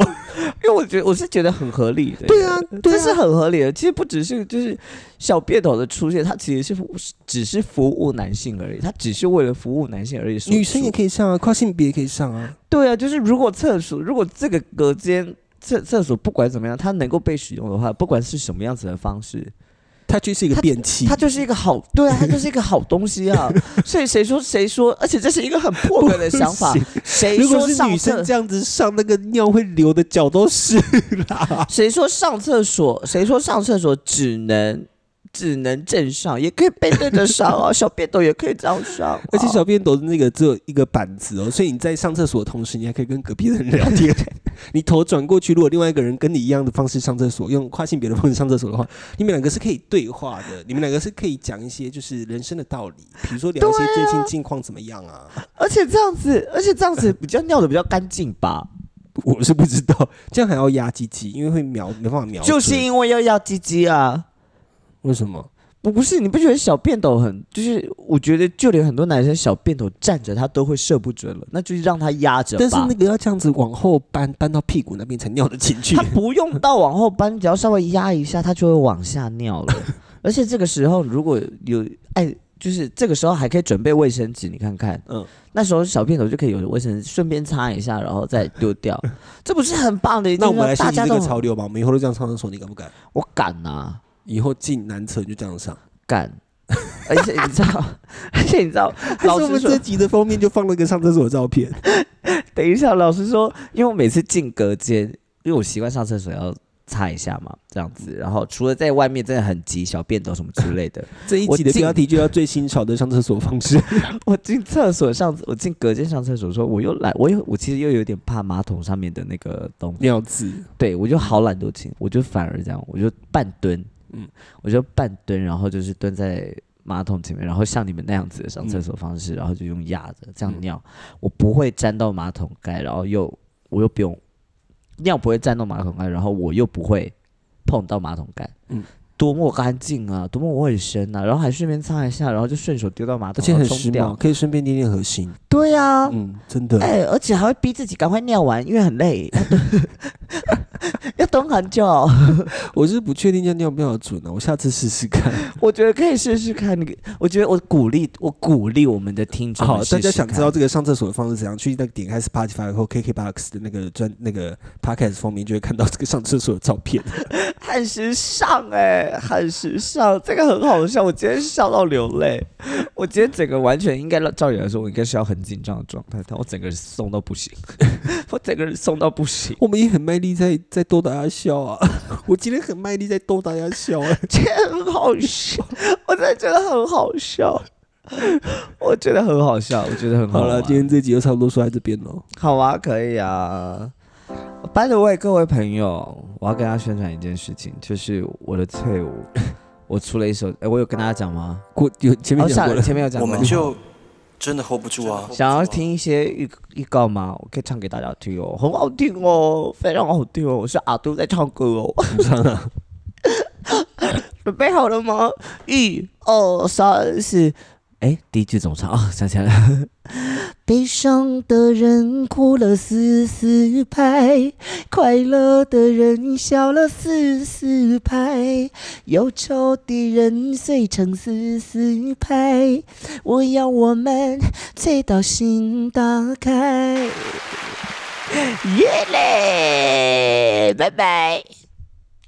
[SPEAKER 2] 因为我觉得我是觉得很合理的，
[SPEAKER 1] 对啊，对
[SPEAKER 2] 这
[SPEAKER 1] 啊，
[SPEAKER 2] 是很合理的。其实不只是就是小便斗的出现，它其实是只是服务男性而已，它只是为了服务男性而已。
[SPEAKER 1] 女生也
[SPEAKER 2] 以，
[SPEAKER 1] 可以上啊，跨性别也可以上啊。
[SPEAKER 2] 对啊，就是如果厕所，如果这个隔间厕厕所不管怎么样，它能够被使用的话，不管是什么样子的方式，
[SPEAKER 1] 它就是一个便器，
[SPEAKER 2] 它就是一个好，对啊， *laughs* 它就是一个好东西啊。所以谁说谁说，而且这是一个很破格的想法 *laughs*
[SPEAKER 1] 不行，
[SPEAKER 2] 谁
[SPEAKER 1] 如果
[SPEAKER 2] 说
[SPEAKER 1] 是
[SPEAKER 2] 上
[SPEAKER 1] 女
[SPEAKER 2] 厕
[SPEAKER 1] 生这样子上，那个尿会流的脚都 *laughs* 是啦。
[SPEAKER 2] 谁说上厕所？谁说上厕所只能只能正上，也可以背对着上 *laughs* 啊？小便斗也可以这样上啊、
[SPEAKER 1] 而且小便斗的那个只有一个板子哦，所以你在上厕所的同时，你还可以跟隔壁的人聊 *laughs* 天。你头转过去，如果另外一个人跟你一样的方式上厕所，用跨性别的方式上厕所的话，你们两个是可以对话的，你们两个是可以讲一些就是人生的道理，比如说聊一些最近近况怎么样啊。
[SPEAKER 2] 而且这样子，而且这样子比较尿的比较干净 *laughs* 吧？
[SPEAKER 1] 我是不知道，这样还要压鸡鸡，因为会瞄，没办法瞄准。
[SPEAKER 2] 就是因为要要鸡鸡啊！
[SPEAKER 1] 为什么？
[SPEAKER 2] 我不是，你不觉得小便斗很？就是我觉得，就连很多男生小便斗站着他都会射不准了，那就是让他压着吧。
[SPEAKER 1] 但是那个要这样子往后搬，搬到屁股那边才尿得进去
[SPEAKER 2] 他。不用到往后搬，只要稍微压一下，他就会往下尿
[SPEAKER 1] *laughs*
[SPEAKER 2] 了。而且这个时候如果有哎，就是这个时候还可以准备卫生纸，你看看，嗯
[SPEAKER 1] 嗯，
[SPEAKER 2] 那时候小便斗就可以有卫生纸，顺便擦一下，然后
[SPEAKER 1] *laughs*
[SPEAKER 2] 再丢掉，这不是很棒的一件
[SPEAKER 1] 那
[SPEAKER 2] 事
[SPEAKER 1] 我
[SPEAKER 2] 吗？
[SPEAKER 1] 们来学
[SPEAKER 2] 大
[SPEAKER 1] 习
[SPEAKER 2] 家
[SPEAKER 1] 这
[SPEAKER 2] 都
[SPEAKER 1] 个
[SPEAKER 2] 很
[SPEAKER 1] 潮流吧，我们以后都这样上厕所，你敢不敢？
[SPEAKER 2] 我敢呐、
[SPEAKER 1] 以后进男厕你就这样上。
[SPEAKER 2] 敢！ *laughs* 而且你知道，而且你
[SPEAKER 1] *laughs*
[SPEAKER 2] 知道，哎
[SPEAKER 1] 还是
[SPEAKER 2] 老
[SPEAKER 1] 我
[SPEAKER 2] 实
[SPEAKER 1] 们
[SPEAKER 2] 说
[SPEAKER 1] 这，集的封面就放了个上厕所的照片，
[SPEAKER 2] 等一下，老实说，因为我每次进隔间，因为我习惯上厕所要擦一下嘛，这样子。然后除了在外面真的很急，小便斗什么之类的，
[SPEAKER 1] 这一
[SPEAKER 2] 我
[SPEAKER 1] 集的
[SPEAKER 2] 进
[SPEAKER 1] 标题就叫最新潮的上厕所方式。
[SPEAKER 2] 我进厕所上，我进隔间上厕所的时候，我又懒，我又我其实又有点怕马桶上面的那个东西，
[SPEAKER 1] 尿渍，
[SPEAKER 2] 对我就好懒惰清，我就反而这样，我就半蹲，嗯
[SPEAKER 1] 嗯，
[SPEAKER 2] 我就半蹲，然后就是蹲在马桶前面，然后像你们那样子的上厕所方式，然后就用压着这样
[SPEAKER 1] 嗯
[SPEAKER 2] 尿，我不会沾到马桶盖，然后又我又不用尿不会沾到马桶盖，然后我又不会碰到马桶盖，嗯
[SPEAKER 1] 嗯，
[SPEAKER 2] 多么干净啊，多么卫生啊，然后还顺便擦一下，然后就顺手丢到马
[SPEAKER 1] 而
[SPEAKER 2] 桶，
[SPEAKER 1] 且
[SPEAKER 2] 然
[SPEAKER 1] 很
[SPEAKER 2] 后冲
[SPEAKER 1] 时髦，
[SPEAKER 2] 掉。
[SPEAKER 1] 可以顺便练练核心。
[SPEAKER 2] 对啊，
[SPEAKER 1] 嗯，真的。
[SPEAKER 2] 哎、而且还会逼自己赶快尿完，因为很累， *laughs* 要等很久。
[SPEAKER 1] 我是不确定这样尿不尿得准啊呢、我下次试试看。
[SPEAKER 2] 我觉得可以试试看。你，我觉得我鼓励，我鼓励我们的听众
[SPEAKER 1] 好，
[SPEAKER 2] 们试
[SPEAKER 1] 大家
[SPEAKER 2] 试
[SPEAKER 1] 想
[SPEAKER 2] 看
[SPEAKER 1] 知道这个上厕所的方式怎样？去那个点开 Spotify 或 KKBox 的那个专那个 Podcast 封面，就会看到这个上厕所的照
[SPEAKER 2] *laughs*
[SPEAKER 1] 片。
[SPEAKER 2] 很时尚哎、很时尚，这个很好笑。我今天笑到流泪，我今天整个完全应该照理来说，我应该是要很紧张的状态，但我整个人松到不行， *laughs* 我整个人松到不行。
[SPEAKER 1] 我们也很卖力在在逗大家笑啊！ *laughs* 我今天很卖力在逗大家笑、啊。
[SPEAKER 2] 真的很好笑，我真的觉得很好笑，我觉得很好笑，我觉得很好
[SPEAKER 1] 好了，
[SPEAKER 2] 玩
[SPEAKER 1] 今天这集就差不多说在这边喽。
[SPEAKER 2] 好啊，可以啊。By the way，各位朋友，我要跟大家宣传一件事情，就是我的退伍，我出了一首，哎、我有跟大家讲吗？
[SPEAKER 1] 过有前面
[SPEAKER 2] 哦
[SPEAKER 1] 讲过
[SPEAKER 2] 上
[SPEAKER 1] 了，
[SPEAKER 2] 前面有讲
[SPEAKER 4] 我
[SPEAKER 2] 过，
[SPEAKER 4] 们就真的 hold 不住啊！
[SPEAKER 2] 想要听一些预预告吗？我可以唱给大家听哦，很好听哦，非常好听哦，是阿杜在唱歌哦。
[SPEAKER 1] 不上了。
[SPEAKER 2] 准备好了吗？一、哦二、三、四。哎，第一句怎么唱？哦，想起来了。悲伤的人哭了四四拍，快乐的人笑了四四拍，忧愁的人碎成四四拍。我要我们醉到心打开。耶嘞，拜拜。